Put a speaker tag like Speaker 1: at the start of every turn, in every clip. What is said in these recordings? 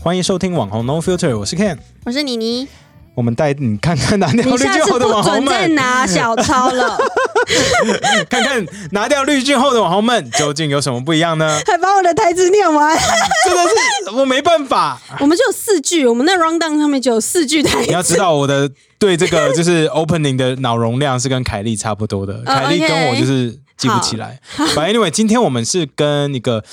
Speaker 1: 欢迎收听网红 No Filter，我是 Ken，
Speaker 2: 我是妮 妮，
Speaker 1: 我们带你看看拿掉
Speaker 2: 你
Speaker 1: 滤
Speaker 2: 下
Speaker 1: 镜
Speaker 2: 次
Speaker 1: 后的
Speaker 2: 不
Speaker 1: 网红
Speaker 2: 准再
Speaker 1: 们，
Speaker 2: 拿小抄了，
Speaker 1: 看看拿掉滤镜后的网红们究竟有什么不一样 呢？
Speaker 2: 还把我的台词念完。
Speaker 1: 真的是我没办法，
Speaker 2: 我们就有四句，我们那 round down 上面就有四句台
Speaker 1: 你要知
Speaker 2: 词。
Speaker 1: 道我的对这个就是 opening 的脑容量是跟凯莉差不多的，
Speaker 2: 哦
Speaker 1: 凯莉跟我
Speaker 2: OK
Speaker 1: 就是记不起来。反正 anyway，今天我们是跟一个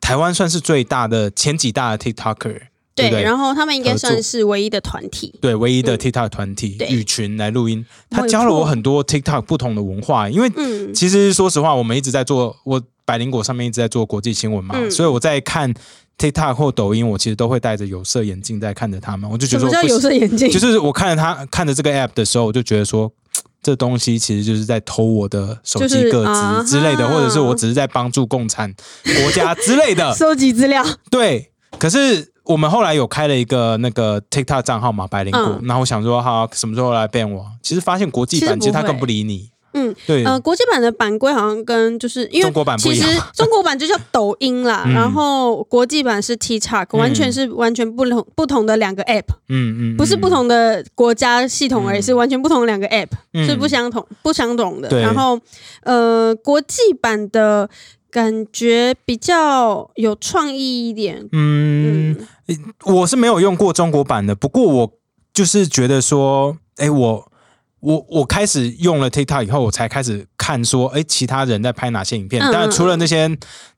Speaker 1: 台湾算是最大的前几大的 TikToker，
Speaker 2: 对，
Speaker 1: 对不对？
Speaker 2: 然后他们应该
Speaker 1: 合作
Speaker 2: 算是唯一的团体。
Speaker 1: 对，唯一的 TikTok 团体
Speaker 2: 嗯对
Speaker 1: 羽群来录音，他
Speaker 2: 没
Speaker 1: 教了我
Speaker 2: 错
Speaker 1: 很多 TikTok 不同的文化，因为
Speaker 2: 嗯，
Speaker 1: 其实说实话，我们一直在做，我百灵果上面一直在做国际新闻嘛，
Speaker 2: 嗯
Speaker 1: 所以我在看 TikTok 或抖音，我其实都会戴着有色眼镜在看着他们，我就觉
Speaker 2: 什
Speaker 1: 得
Speaker 2: 么叫
Speaker 1: 我不
Speaker 2: 有色眼镜？
Speaker 1: 就是我看着他看着这个 app 的时候，我就觉得说。嘖这东西其实就是在偷我的手
Speaker 2: 就是
Speaker 1: 机个
Speaker 2: 啊
Speaker 1: 资之类的，
Speaker 2: 哈。
Speaker 1: 或者是我只是在帮助共产国家之类的
Speaker 2: 收集资料。
Speaker 1: 对，可是我们后来有开了一个那个 TikTok 账号嘛，百灵果。
Speaker 2: 嗯
Speaker 1: 然后我想说，好，啊什么时候来 ban 我？其实发现国际版
Speaker 2: 其
Speaker 1: 其
Speaker 2: 实不会
Speaker 1: 实他更不理你。
Speaker 2: 嗯，
Speaker 1: 对，
Speaker 2: 呃，国际版的版规好像跟就是因为
Speaker 1: 中国版不
Speaker 2: 其
Speaker 1: 一
Speaker 2: 实
Speaker 1: 样
Speaker 2: 中国版就叫抖音啦，
Speaker 1: 嗯
Speaker 2: 然后国际版是 TikTok，完全是完全不同不同的两个 app，
Speaker 1: 嗯嗯，
Speaker 2: 不是
Speaker 1: 嗯
Speaker 2: 不，同的国家系统而已，是完全不同的两个 app。
Speaker 1: 嗯
Speaker 2: 是不相同、不相同的。
Speaker 1: 对
Speaker 2: 然后，呃，国际版的感觉比较有创意一点。
Speaker 1: 嗯，
Speaker 2: 嗯，
Speaker 1: 我是没有用过中国版的，不过我就是觉得说，哎，我我我开始用了 TikTok 以后，我才开始看说，哎，其他人在拍哪些影片。
Speaker 2: 嗯
Speaker 1: 当然，除了那些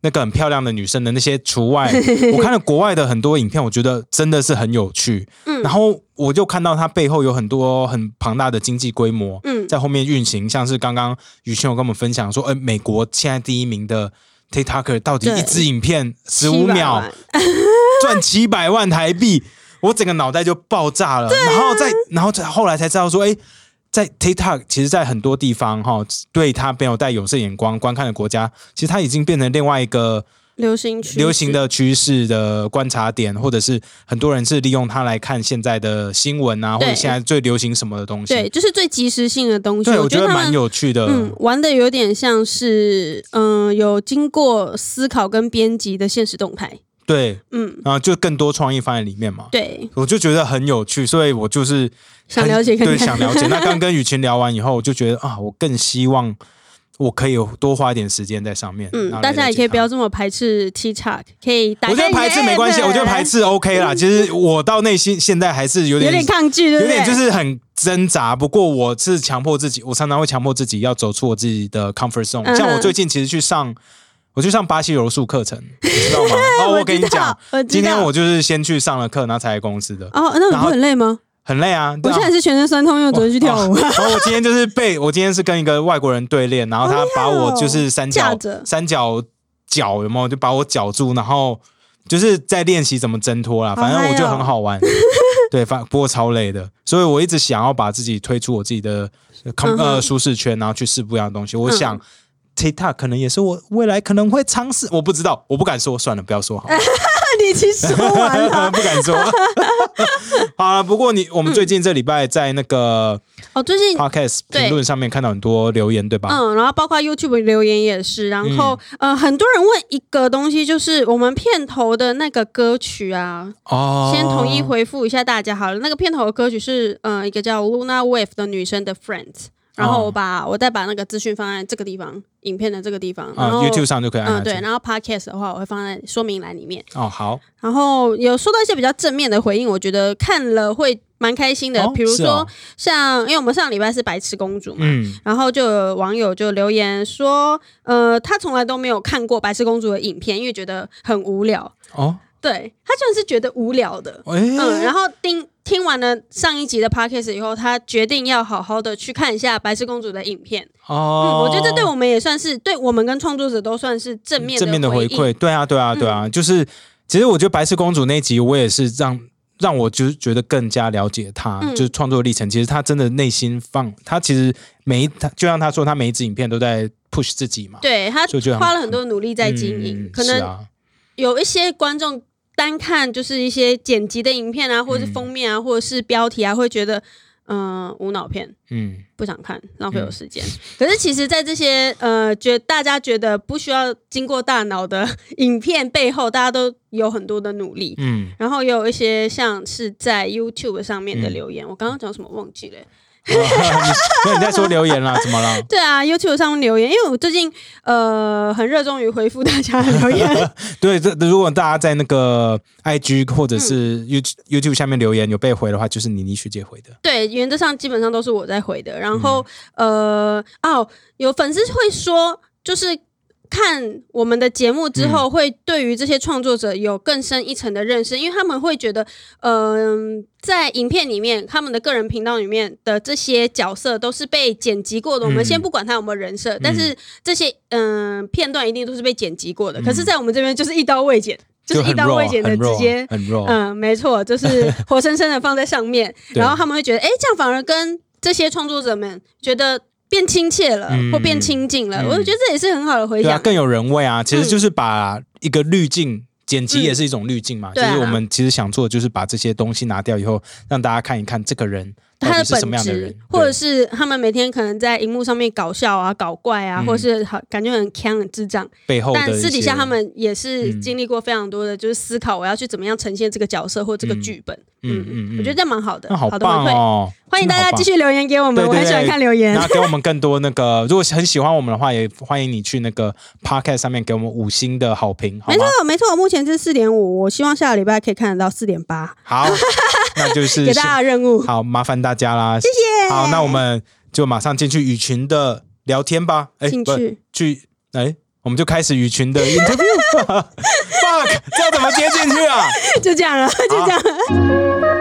Speaker 1: 那个很漂亮的女生的那些 除外，我看了国外的很多影片，我觉得真的是很有趣。
Speaker 2: 嗯
Speaker 1: 然后我就看到它背后有很多很庞大的经济规模，
Speaker 2: 嗯，
Speaker 1: 在后面运行，像是刚刚于谦有跟我们分享说，哎、美国现在第一名的 TikToker 到底
Speaker 2: 对
Speaker 1: 一支影片十五
Speaker 2: 700
Speaker 1: 秒
Speaker 2: 万
Speaker 1: 赚七百万台币，我整个脑袋就爆炸了。
Speaker 2: 啊
Speaker 1: 然后再，然后再后来才知道说，哎、在 TikTok 其实，在很多地方哈，对他没有带有色眼光观看的国家，其实它已经变成另外一个
Speaker 2: 流行趋势
Speaker 1: 流行，的趋势的观察点，或者是很多人是利用它来看现在的新闻啊，或
Speaker 2: 对
Speaker 1: 者现在最流行什么的东西。
Speaker 2: 对，就是最及时性的东西。
Speaker 1: 对，我
Speaker 2: 觉
Speaker 1: 觉得
Speaker 2: 他
Speaker 1: 蛮
Speaker 2: 们。
Speaker 1: 有趣的。
Speaker 2: 嗯，玩的有点像是，嗯、有经过思考跟编辑的现实动态，
Speaker 1: 对，
Speaker 2: 嗯，
Speaker 1: 然后就更多创意放在里面嘛。
Speaker 2: 对，
Speaker 1: 我就觉得很有趣，所以我就是
Speaker 2: 想了解看看
Speaker 1: 对，想了解。那刚跟雨晴聊完以后，我就觉得啊，我更希望我可以有多花一点时间在上面。
Speaker 2: 嗯
Speaker 1: 然后，来
Speaker 2: 大家也可以不
Speaker 1: 了
Speaker 2: 要
Speaker 1: 解
Speaker 2: 这么排斥 TikTok，可以打
Speaker 1: 它。我觉
Speaker 2: 开你的
Speaker 1: 得
Speaker 2: app。
Speaker 1: 排斥没关系，我觉得排斥 OK 啦。其实我到内心现在还是有
Speaker 2: 有
Speaker 1: 点
Speaker 2: 点抗拒，对不
Speaker 1: 有
Speaker 2: 对？
Speaker 1: 点就是很挣扎。不过我是强迫自己，我常常会强迫自己要走出我自己的 comfort zone。
Speaker 2: 嗯哼
Speaker 1: 像我最近其实去上，我去上巴西柔术课程，你知 道吗？然后我跟你
Speaker 2: 知道
Speaker 1: 讲，，
Speaker 2: 我知
Speaker 1: 今天
Speaker 2: 道
Speaker 1: 我就是先去上了课，然后才来公司的，
Speaker 2: 哦，那你
Speaker 1: 然
Speaker 2: 不
Speaker 1: 后
Speaker 2: 很累吗？
Speaker 1: 很累啊。
Speaker 2: 我
Speaker 1: 对啊
Speaker 2: 现在是全身酸痛，因为我昨天去跳舞。
Speaker 1: 哦然后我今天就是被我今天是跟一个外国人对练，然后他把我就是三
Speaker 2: 哦
Speaker 1: 角
Speaker 2: 架着
Speaker 1: 三角脚有没有就把我绞住，然后就是在练习怎么挣脱啦。
Speaker 2: 好
Speaker 1: 反正我就很
Speaker 2: 嗨哦
Speaker 1: 好玩，对，反不过超累的，所以我一直想要把自己推出我自己的呃
Speaker 2: 嗯哼
Speaker 1: 呃舒适圈，然后去试不一样的东西。我
Speaker 2: 嗯
Speaker 1: 想 TikTok 可能也是我未来可能会尝试，我不知道，我不敢说，算了，不要说好了。
Speaker 2: 你已经说完 了
Speaker 1: 不敢说。好了，不过你我们最近这礼拜在那个
Speaker 2: 哦，最近
Speaker 1: podcast
Speaker 2: 对
Speaker 1: 评论上面看到很多留言，对吧？
Speaker 2: 嗯，然后包括 YouTube 留言也是，然后、呃，很多人问一个东西，就是我们片头的那个歌曲啊，
Speaker 1: 哦
Speaker 2: 先统一回复一下大家好了。那个片头的歌曲是呃一个叫 Luna Wave 的女生的 Friends，然后我把、我再把那个资讯放在这个地方，影片的这个地方，然
Speaker 1: 啊
Speaker 2: 后、
Speaker 1: ，YouTube 上就可以按
Speaker 2: 嗯
Speaker 1: 下去。
Speaker 2: 哦对，然后 Podcast 的话我会放在说明栏里面。
Speaker 1: 哦，好，
Speaker 2: 然后有收到一些比较正面的回应，我觉得看了会蛮开心的
Speaker 1: 哦。
Speaker 2: 比如
Speaker 1: 是
Speaker 2: 说、
Speaker 1: 哦
Speaker 2: 像，因为我们上礼拜是白痴公主嘛，
Speaker 1: 嗯，
Speaker 2: 然后就有网友就留言说，呃，他从来都没有看过白痴公主的影片，因为觉得很无聊。
Speaker 1: 哦，
Speaker 2: 对他居然是觉得无聊的，
Speaker 1: 哎，
Speaker 2: 嗯。然后听听完了上一集的 podcast 以后，他决定要好好的去看一下白痴公主的影片。嗯，
Speaker 1: 哦，
Speaker 2: 我觉得这对我们也算是对我们跟创作者都算是正面
Speaker 1: 正面的回
Speaker 2: 应。嗯
Speaker 1: 馈，对啊，对啊，对啊，就是其实我觉得白雪公主那集，我也是让。让我就是觉得更加了解她，
Speaker 2: 嗯
Speaker 1: 就是创作历程。其实她真的内心放，她其实每一，她就像她说，她每一支影片都在 push 自己嘛，
Speaker 2: 对他
Speaker 1: 所以我觉得很
Speaker 2: 花了很多努力在经
Speaker 1: 嗯
Speaker 2: 营，可
Speaker 1: 是
Speaker 2: 能
Speaker 1: 啊
Speaker 2: 有一些观众
Speaker 1: 嗯
Speaker 2: 单看就是一些剪辑的影片啊，或者是封面啊，或者是标题啊，会觉得嗯、无脑片，
Speaker 1: 嗯，
Speaker 2: 不想看，浪费我时间。可是其实，在这些呃觉大家觉得不需要经过大脑的 影片背后，大家都有很多的努力。
Speaker 1: 嗯，
Speaker 2: 然后也有一些像是在 YouTube 上面的
Speaker 1: 嗯
Speaker 2: 留言，我刚刚讲什么忘记了欸、
Speaker 1: 那哦 你在说留言啦？怎么了？
Speaker 2: 对啊，YouTube 上面留言，因为我最近呃很热衷于回复大家的留 言。
Speaker 1: 对，这如果大家在那个 IG 或者
Speaker 2: 嗯
Speaker 1: 是 You YouTube 下面留言有被回的话，就是妮妮学姐回的。
Speaker 2: 对，原则上基本上都是我在回的。然后、
Speaker 1: 嗯
Speaker 2: 呃，哦，有粉丝会说，就是看我们的节目之
Speaker 1: 嗯
Speaker 2: 后，会对于这些创作者有更深一层的认识，因为他们会觉得，嗯、在影片里面，他们的个人频道里面的这些角色都是被剪辑过的。我们
Speaker 1: 嗯
Speaker 2: 先不管他有没有人设，但是这些嗯、片段一定都是被剪辑过的。可是，在我们这边就是一刀未剪，就是一
Speaker 1: 嗯很
Speaker 2: 刀
Speaker 1: 弱，
Speaker 2: 未剪的
Speaker 1: 很
Speaker 2: 直
Speaker 1: 弱
Speaker 2: 接
Speaker 1: 很弱，
Speaker 2: 嗯，没错，就是 活生生的放在上面，
Speaker 1: 哦对
Speaker 2: 然后他们会觉得，哎、这样反而跟这些创作者们觉得变亲切了，
Speaker 1: 嗯
Speaker 2: 或变亲近了。
Speaker 1: 嗯
Speaker 2: 我就觉得这也是很好的回
Speaker 1: 对啊，
Speaker 2: 响。
Speaker 1: 更有人味啊。其实就是把一个滤镜。剪辑也是一种滤镜嘛，
Speaker 2: 嗯对
Speaker 1: 就
Speaker 2: 啊
Speaker 1: 是我们其实想做，的就是把这些东西拿掉以后，让大家看一看这个人到
Speaker 2: 他
Speaker 1: 底是什
Speaker 2: 本
Speaker 1: 么样的
Speaker 2: 质
Speaker 1: 人，，
Speaker 2: 或者
Speaker 1: 是
Speaker 2: 是他们每天可能在荧幕上面搞笑啊、搞怪啊，
Speaker 1: 嗯
Speaker 2: 或是好感觉很强、很智障，
Speaker 1: 背后的
Speaker 2: 但
Speaker 1: 一
Speaker 2: 私底
Speaker 1: 些
Speaker 2: 下他们也是
Speaker 1: 嗯
Speaker 2: 经历过非常多的，就是思考我要去怎么样呈现这个角色或这个
Speaker 1: 嗯
Speaker 2: 剧本。
Speaker 1: 嗯
Speaker 2: 嗯
Speaker 1: 嗯
Speaker 2: 嗯
Speaker 1: 嗯，
Speaker 2: 我觉得这样蛮好的，
Speaker 1: 那好
Speaker 2: 好的回
Speaker 1: 棒
Speaker 2: 馈。
Speaker 1: 哦！
Speaker 2: 欢迎大
Speaker 1: 真的好
Speaker 2: 家
Speaker 1: 棒
Speaker 2: 继 续留言给我们，
Speaker 1: 对
Speaker 2: 我很
Speaker 1: 对
Speaker 2: 喜欢
Speaker 1: 对
Speaker 2: 看留言
Speaker 1: 然。后给我们更多那个，如果很喜欢我们的话，也欢迎你去那个 podcast 上面给我们五星的好评，好
Speaker 2: 没
Speaker 1: 吗？
Speaker 2: 错，没错，目前是四点五，我希望下个礼拜可以看得到四点八，
Speaker 1: 好，那就是
Speaker 2: 给大家的任务。
Speaker 1: 好，麻烦大家啦，谢谢。好，那我们就马上进去雨群的聊天吧。哎，
Speaker 2: 进
Speaker 1: 不
Speaker 2: 去
Speaker 1: 去，哎，我们就开始雨 群的 interview。fuck，这要怎么接进去 啊？
Speaker 2: 就这样了，就这样了。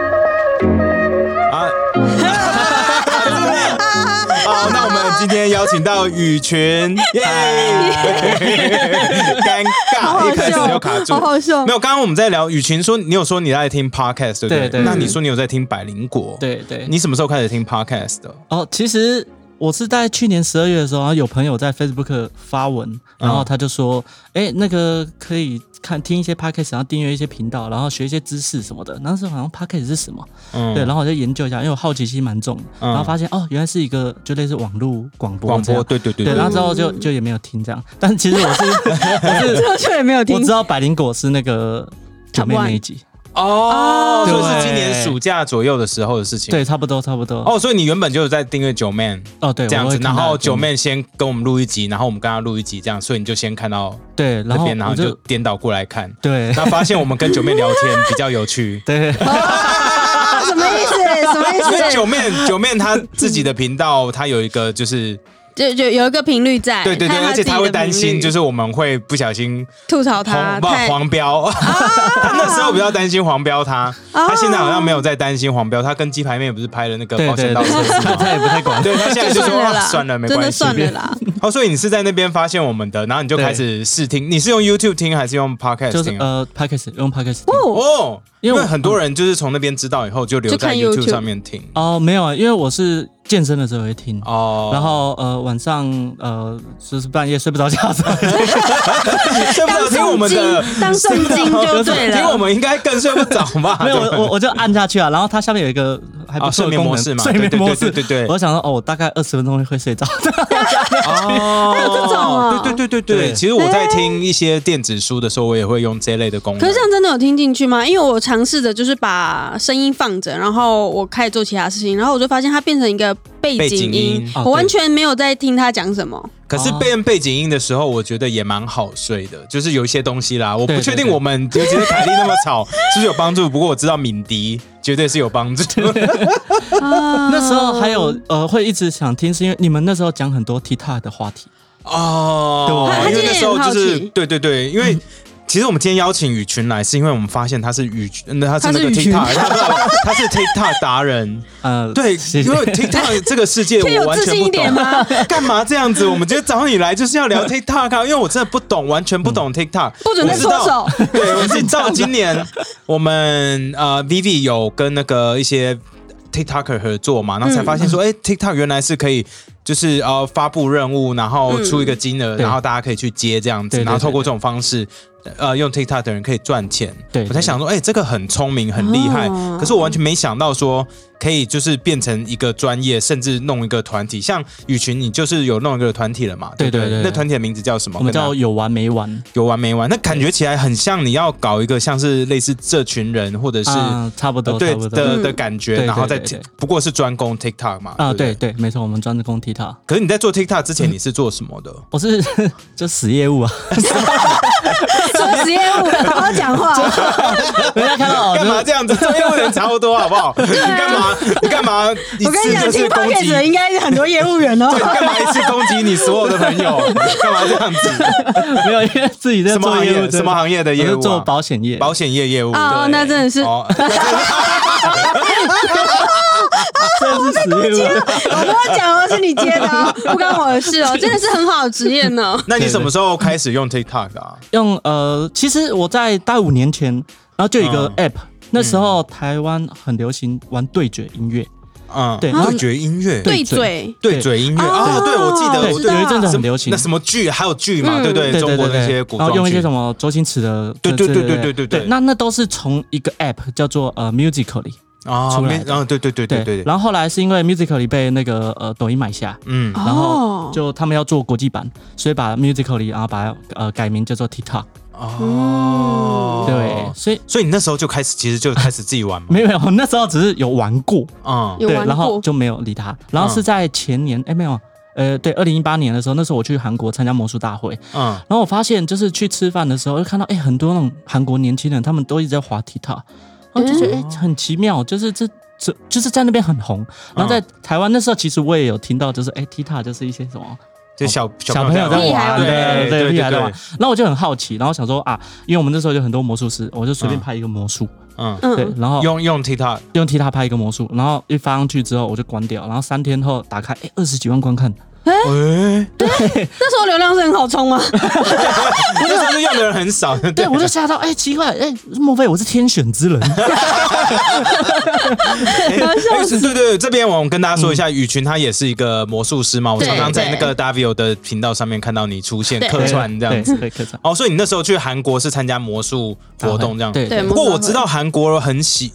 Speaker 1: 啊！好，那我们今天邀请到 雨群，耶！ 尴
Speaker 2: 好好
Speaker 1: 尬，啊一开始
Speaker 2: 笑
Speaker 1: 就卡住
Speaker 2: 好。好笑
Speaker 1: 没。有，刚刚我们在聊雨群说，你有说你在听 podcast，对不
Speaker 3: 对对
Speaker 1: 那你
Speaker 2: 嗯
Speaker 1: 说你有在听百灵果，，
Speaker 3: 对对，
Speaker 1: 你什么时候开始听 podcast 的？
Speaker 3: 哦，其实我是在去年十二月的时候，然后有朋友在 Facebook 发文，
Speaker 1: 嗯
Speaker 3: 然后他就说，哎、那个可以看听一些 podcast，然后订阅一些频道，然后学一些知识什么的。那时候好像 podcast 是什么？
Speaker 1: 嗯，
Speaker 3: 对，然后我就研究一下，因为我好奇心蛮重的，
Speaker 1: 嗯
Speaker 3: 然后发现哦，原来是一个就类似网络广播
Speaker 1: 广
Speaker 3: 这
Speaker 1: 播，。
Speaker 3: 样
Speaker 1: 对对对
Speaker 3: 对，然后之后就
Speaker 2: 嗯
Speaker 3: 就也没有听这样，但其实我 是我
Speaker 2: 最后却也没有
Speaker 3: 是我
Speaker 2: 听
Speaker 3: 知。道百灵果是那个九妹
Speaker 2: Top one
Speaker 3: 那一集，
Speaker 1: 哦，
Speaker 3: 对
Speaker 1: 所以是今年暑假左右的时候的事情。，
Speaker 3: 对，差不多差不多。哦
Speaker 1: 哦，所以你原本就有在订阅九 man
Speaker 3: 哦，对，
Speaker 1: 这样
Speaker 3: 我会
Speaker 1: 子，
Speaker 3: 看
Speaker 1: 然
Speaker 3: 到
Speaker 1: 后
Speaker 3: 有
Speaker 1: 九
Speaker 3: 听
Speaker 1: man 先跟我们录一集，然后我们跟他录一集，这样，所以你就先看到
Speaker 3: 对，然
Speaker 1: 这
Speaker 3: 后
Speaker 1: 边，然后
Speaker 3: 我
Speaker 1: 你就
Speaker 3: 就
Speaker 1: 颠倒过来看，
Speaker 3: 对。
Speaker 1: 那发现我们跟九妹聊天比较有趣
Speaker 3: 对，
Speaker 2: 啊 什么意思？什么意
Speaker 1: 因为
Speaker 2: 思？
Speaker 1: 九妹九妹她自己的频道，她有一个就是
Speaker 2: 就就有一个频率
Speaker 3: 哎
Speaker 2: 在，
Speaker 1: 对对对，
Speaker 2: 看
Speaker 1: 而且
Speaker 2: 自己
Speaker 1: 她
Speaker 2: 的
Speaker 1: 会担
Speaker 2: 频
Speaker 1: 心，
Speaker 2: 率
Speaker 1: 就是我们会不小心
Speaker 2: 吐槽他
Speaker 1: 黄不
Speaker 2: 太
Speaker 1: 黄标，她那时候比较担心黄标她，她现在好像没有在担心黄标，她跟鸡排妹不是拍了那个
Speaker 3: 对
Speaker 1: 保
Speaker 3: 对
Speaker 1: 险套
Speaker 3: 对，
Speaker 1: 测试
Speaker 3: 他
Speaker 1: 吗？
Speaker 3: 他也不太管。
Speaker 1: 对他现在
Speaker 2: 就
Speaker 1: 就说
Speaker 2: 了
Speaker 1: 啊
Speaker 2: 啦，
Speaker 1: 算了，没
Speaker 2: 真
Speaker 1: 关
Speaker 2: 的
Speaker 1: 系。
Speaker 2: 算了 啦。
Speaker 1: 哦，所以你是在那边发现我们的，然后你就
Speaker 3: 对
Speaker 1: 开始试听。你是用 YouTube 听还是用 Podcast
Speaker 3: 就是
Speaker 1: 听啊？
Speaker 3: 呃 p a c k a g e 用 p a c k a g e
Speaker 2: 哦，
Speaker 1: 哦，
Speaker 3: 因
Speaker 1: 因
Speaker 3: 为
Speaker 1: 为
Speaker 3: 我
Speaker 1: 很多人就是从那边知道以后就留
Speaker 2: 就
Speaker 1: 在
Speaker 2: 看
Speaker 1: YouTube
Speaker 2: YouTube
Speaker 1: 上面听。
Speaker 3: 哦，没有啊，因为我是健身的时候会听，
Speaker 1: 哦，
Speaker 3: 然后呃晚上呃就是半夜睡不着觉的时候，
Speaker 1: 睡不
Speaker 2: 当
Speaker 1: 着听我
Speaker 2: 圣
Speaker 1: 们的，
Speaker 2: 经，当圣经就对
Speaker 1: 听 我
Speaker 2: 了。
Speaker 1: 们应该更睡不着吧？
Speaker 3: 没有我
Speaker 1: 对
Speaker 3: 我我就按下去啊，然后它下面有一个还不
Speaker 1: 啊，睡
Speaker 3: 错的
Speaker 1: 眠
Speaker 3: 功
Speaker 1: 模
Speaker 3: 能，
Speaker 1: 式嘛，
Speaker 3: 睡
Speaker 1: 对
Speaker 3: 眠
Speaker 1: 对
Speaker 3: 模
Speaker 1: 对
Speaker 3: 式
Speaker 1: 对。对对。
Speaker 3: 我想说哦，我大概二十分钟会睡着，
Speaker 1: 哦，
Speaker 2: 有这种啊
Speaker 1: 对对对对对。
Speaker 3: 对
Speaker 1: 其实我在听一些电子书的时候，我也会用这类的功能。
Speaker 2: 可是这样真的有听进去吗？因为我尝试着就是把声音放着，然后我开始做其他事情，然后我就发现它变成一个背
Speaker 1: 背
Speaker 2: 景
Speaker 1: 景
Speaker 2: 音
Speaker 1: 音，
Speaker 3: 哦
Speaker 2: 我完
Speaker 3: 对
Speaker 2: 全没有在听他讲什么。
Speaker 1: 可是
Speaker 3: 哦
Speaker 1: 变背景音的时候，我觉得也蛮好睡的，就是有一些东西啦，我不
Speaker 3: 对
Speaker 1: 确定
Speaker 3: 对对
Speaker 1: 我们尤其是凯莉那么 吵是不是有帮助，不过我知道敏迪绝对是有帮助。
Speaker 3: 那时候还有呃会一直想听，是因为你们那时候讲很多 TikTok 的话题，
Speaker 1: 哦
Speaker 3: 对他他
Speaker 1: 因
Speaker 2: 今
Speaker 1: 为那
Speaker 2: 天
Speaker 1: 时候
Speaker 2: 也很
Speaker 1: 就
Speaker 2: 好
Speaker 1: 是
Speaker 2: 奇嗯
Speaker 1: 对对对，因为。其实我们今天邀请雨群来，是因为我们发现他是雨，那他是
Speaker 2: 他
Speaker 1: 那个
Speaker 2: 是雨群
Speaker 1: TikTok，他是他是 TikTok 达人，
Speaker 3: 呃
Speaker 1: 对，
Speaker 3: 谢
Speaker 1: 因
Speaker 3: 谢
Speaker 1: 为 TikTok 这个世界
Speaker 2: 可以
Speaker 1: 我
Speaker 2: 有
Speaker 1: 完
Speaker 2: 自
Speaker 1: 全
Speaker 2: 信
Speaker 1: 不
Speaker 2: 一点
Speaker 1: 懂，
Speaker 2: 吗？
Speaker 1: 干嘛这样子？我们今天找你来就是要聊 TikTok，、啊、因为我真的不懂，完全不懂 TikTok，
Speaker 2: 嗯不准再
Speaker 1: 我知
Speaker 2: 搓
Speaker 1: 道
Speaker 2: 手。
Speaker 1: 对，我是到今年， 我们呃，Vivi 有跟那个一些 TikToker 合作嘛，然后
Speaker 3: 嗯
Speaker 1: 才发现说，哎、t i k t o k 原来是可以，就是呃，发布任务，然后出一个金额，
Speaker 3: 对
Speaker 1: 然后大家可以去接这样子，
Speaker 3: 对对
Speaker 1: 然后透过这种方式呃用 TikTok 的人可以赚钱，
Speaker 3: 对啊
Speaker 1: 我才想说，哎、这个很聪明，很厉害。
Speaker 2: 哦
Speaker 1: 可是我完全没想到说可以就是变成一个专业，甚至弄一个团体。像雨群，你就是有弄一个团体了嘛？
Speaker 3: 对
Speaker 1: 不
Speaker 3: 对对对
Speaker 1: 那团体的名字叫什么？
Speaker 3: 我们
Speaker 1: 跟大家
Speaker 3: 叫有完没完
Speaker 1: 有完没完？那感觉起来很像你要搞一个像是类似这群人或者是、
Speaker 3: 啊，差不
Speaker 1: 呃
Speaker 3: 多，
Speaker 1: 对
Speaker 3: 差不多
Speaker 1: 的
Speaker 2: 嗯
Speaker 1: 的感觉，
Speaker 3: 对
Speaker 1: 然后再
Speaker 3: 对对对
Speaker 1: 不过是专攻 TikTok 嘛？
Speaker 3: 啊，
Speaker 1: 不
Speaker 3: 对。嗯对，没错，我们专职工 TikTok，
Speaker 1: 可是你在做 TikTok 之前，你是做什么的？
Speaker 3: 我是 就死 业务啊，
Speaker 2: 做职业务，好好讲话。
Speaker 3: 人家看到 哦，
Speaker 1: 干嘛
Speaker 3: 就
Speaker 1: 这样子？专业务人超多，好不好？ 你干嘛？你干 嘛？一
Speaker 2: 我跟你
Speaker 1: 次
Speaker 2: 讲，
Speaker 1: 就
Speaker 2: 听
Speaker 1: 是攻
Speaker 2: podcast
Speaker 1: 击
Speaker 2: 的？应该是很多业务员哦。
Speaker 1: 对，干嘛一次攻击你所有的朋 友？干嘛这样子？
Speaker 3: 没有，因为自己在
Speaker 1: 什么
Speaker 3: 做
Speaker 1: 行
Speaker 3: 业务，
Speaker 1: 业？什么行业的
Speaker 3: 业
Speaker 1: 业务啊？
Speaker 3: 做保险 业，
Speaker 1: 保险业业务。
Speaker 2: 哦，那真的是，
Speaker 1: 哦，
Speaker 3: 这
Speaker 1: 哦
Speaker 3: 是死业务啊，
Speaker 2: 我跟我讲哦，是你接的哦，不关我的事哦，真的是很好的职业呢。
Speaker 1: 那你什么时候开始用 TikTok 的啊？
Speaker 3: 用呃，其实我在大概五年前，然后就有一个
Speaker 1: 嗯
Speaker 3: app，、那时候台湾很流行玩对决音乐，
Speaker 1: 嗯，
Speaker 3: 对
Speaker 1: 对决音乐，
Speaker 2: 对嘴，
Speaker 1: 对嘴音乐哦，对，我记得，
Speaker 3: 对，
Speaker 1: 我
Speaker 2: 知道
Speaker 3: 有一阵子
Speaker 1: 什
Speaker 3: 很
Speaker 1: 么
Speaker 3: 流行
Speaker 1: 那。什么剧，还有剧嘛，
Speaker 2: 嗯
Speaker 1: 对不对？
Speaker 3: 对
Speaker 1: 中
Speaker 3: 对
Speaker 1: 国
Speaker 3: 对
Speaker 1: 那些
Speaker 3: 对，
Speaker 1: 古
Speaker 3: 然
Speaker 1: 装
Speaker 3: 后
Speaker 1: 剧，
Speaker 3: 用一些什么周星驰的，
Speaker 1: 对对
Speaker 3: 这
Speaker 1: 对对对
Speaker 3: 对
Speaker 1: 对对对
Speaker 3: 那那都是从一个 app 叫做呃 Musically，
Speaker 1: 啊，
Speaker 3: 出来
Speaker 1: 没然后对对对对对对，
Speaker 3: 然后后来是因为 Musically 被那个呃抖音买下，
Speaker 1: 嗯，
Speaker 3: 然
Speaker 2: 哦
Speaker 3: 后，就他们要做国际版，所以把 Musically 然后把它呃改名叫做 TikTok，
Speaker 1: 哦，
Speaker 3: 对，，所以
Speaker 1: 所以你那时候就开始，其实就开始自己玩嘛，
Speaker 3: 没有没有，那时候只是有玩过，
Speaker 1: 嗯
Speaker 2: 有
Speaker 3: 对，
Speaker 2: 玩
Speaker 3: 然后
Speaker 2: 过，
Speaker 3: 就没有理他。然后是在前年，哎、没有，呃，对，二零一八年的时候，那时候我去韩国参加魔术大会，
Speaker 1: 嗯，
Speaker 3: 然后我发现就是去吃饭的时候，就看到哎、很多那种韩国年轻人，他们都一直在滑 TikTok，然后就觉得哎、
Speaker 2: 嗯
Speaker 3: 很奇妙，就是这。这就是在那边很红，然后在台湾那时候，其实我也有听到，就是哎，TikTok 就是一些什么
Speaker 1: 就小
Speaker 3: 小朋友在
Speaker 2: 屁孩
Speaker 3: 玩，
Speaker 1: 对
Speaker 3: 对对，
Speaker 1: 对
Speaker 3: 屁孩在玩。然后我就很好奇，然后想说啊，因为我们那时候有很多魔术师，我就随便拍一个魔术，
Speaker 1: 嗯，
Speaker 3: 对，
Speaker 2: 嗯，
Speaker 3: 然后
Speaker 1: 用用 TikTok，
Speaker 3: 用 T 他拍一个魔术，然后一发上去之后我就关掉，然后三天后打开，哎，二十几万观看，
Speaker 1: 哎，
Speaker 2: 那时候流量是很好冲吗？
Speaker 1: 那时候用的人很少，
Speaker 3: 对我就吓到，哎，奇怪，哎，莫非我是天选 之人？
Speaker 1: 哎，是对对对，这边我们跟大家说一下，
Speaker 3: 嗯
Speaker 1: 雨群他也是一个魔术师嘛，我
Speaker 2: 对
Speaker 1: 常常在那
Speaker 2: 对
Speaker 1: 个 Davio 的频道上面看到你出现
Speaker 2: 对
Speaker 1: 客串这样子。
Speaker 3: 子，对，客串
Speaker 1: 哦，所以你那时候去韩国是参加魔术活动这样。
Speaker 3: 对
Speaker 2: 对
Speaker 1: 不过我知道韩国很喜。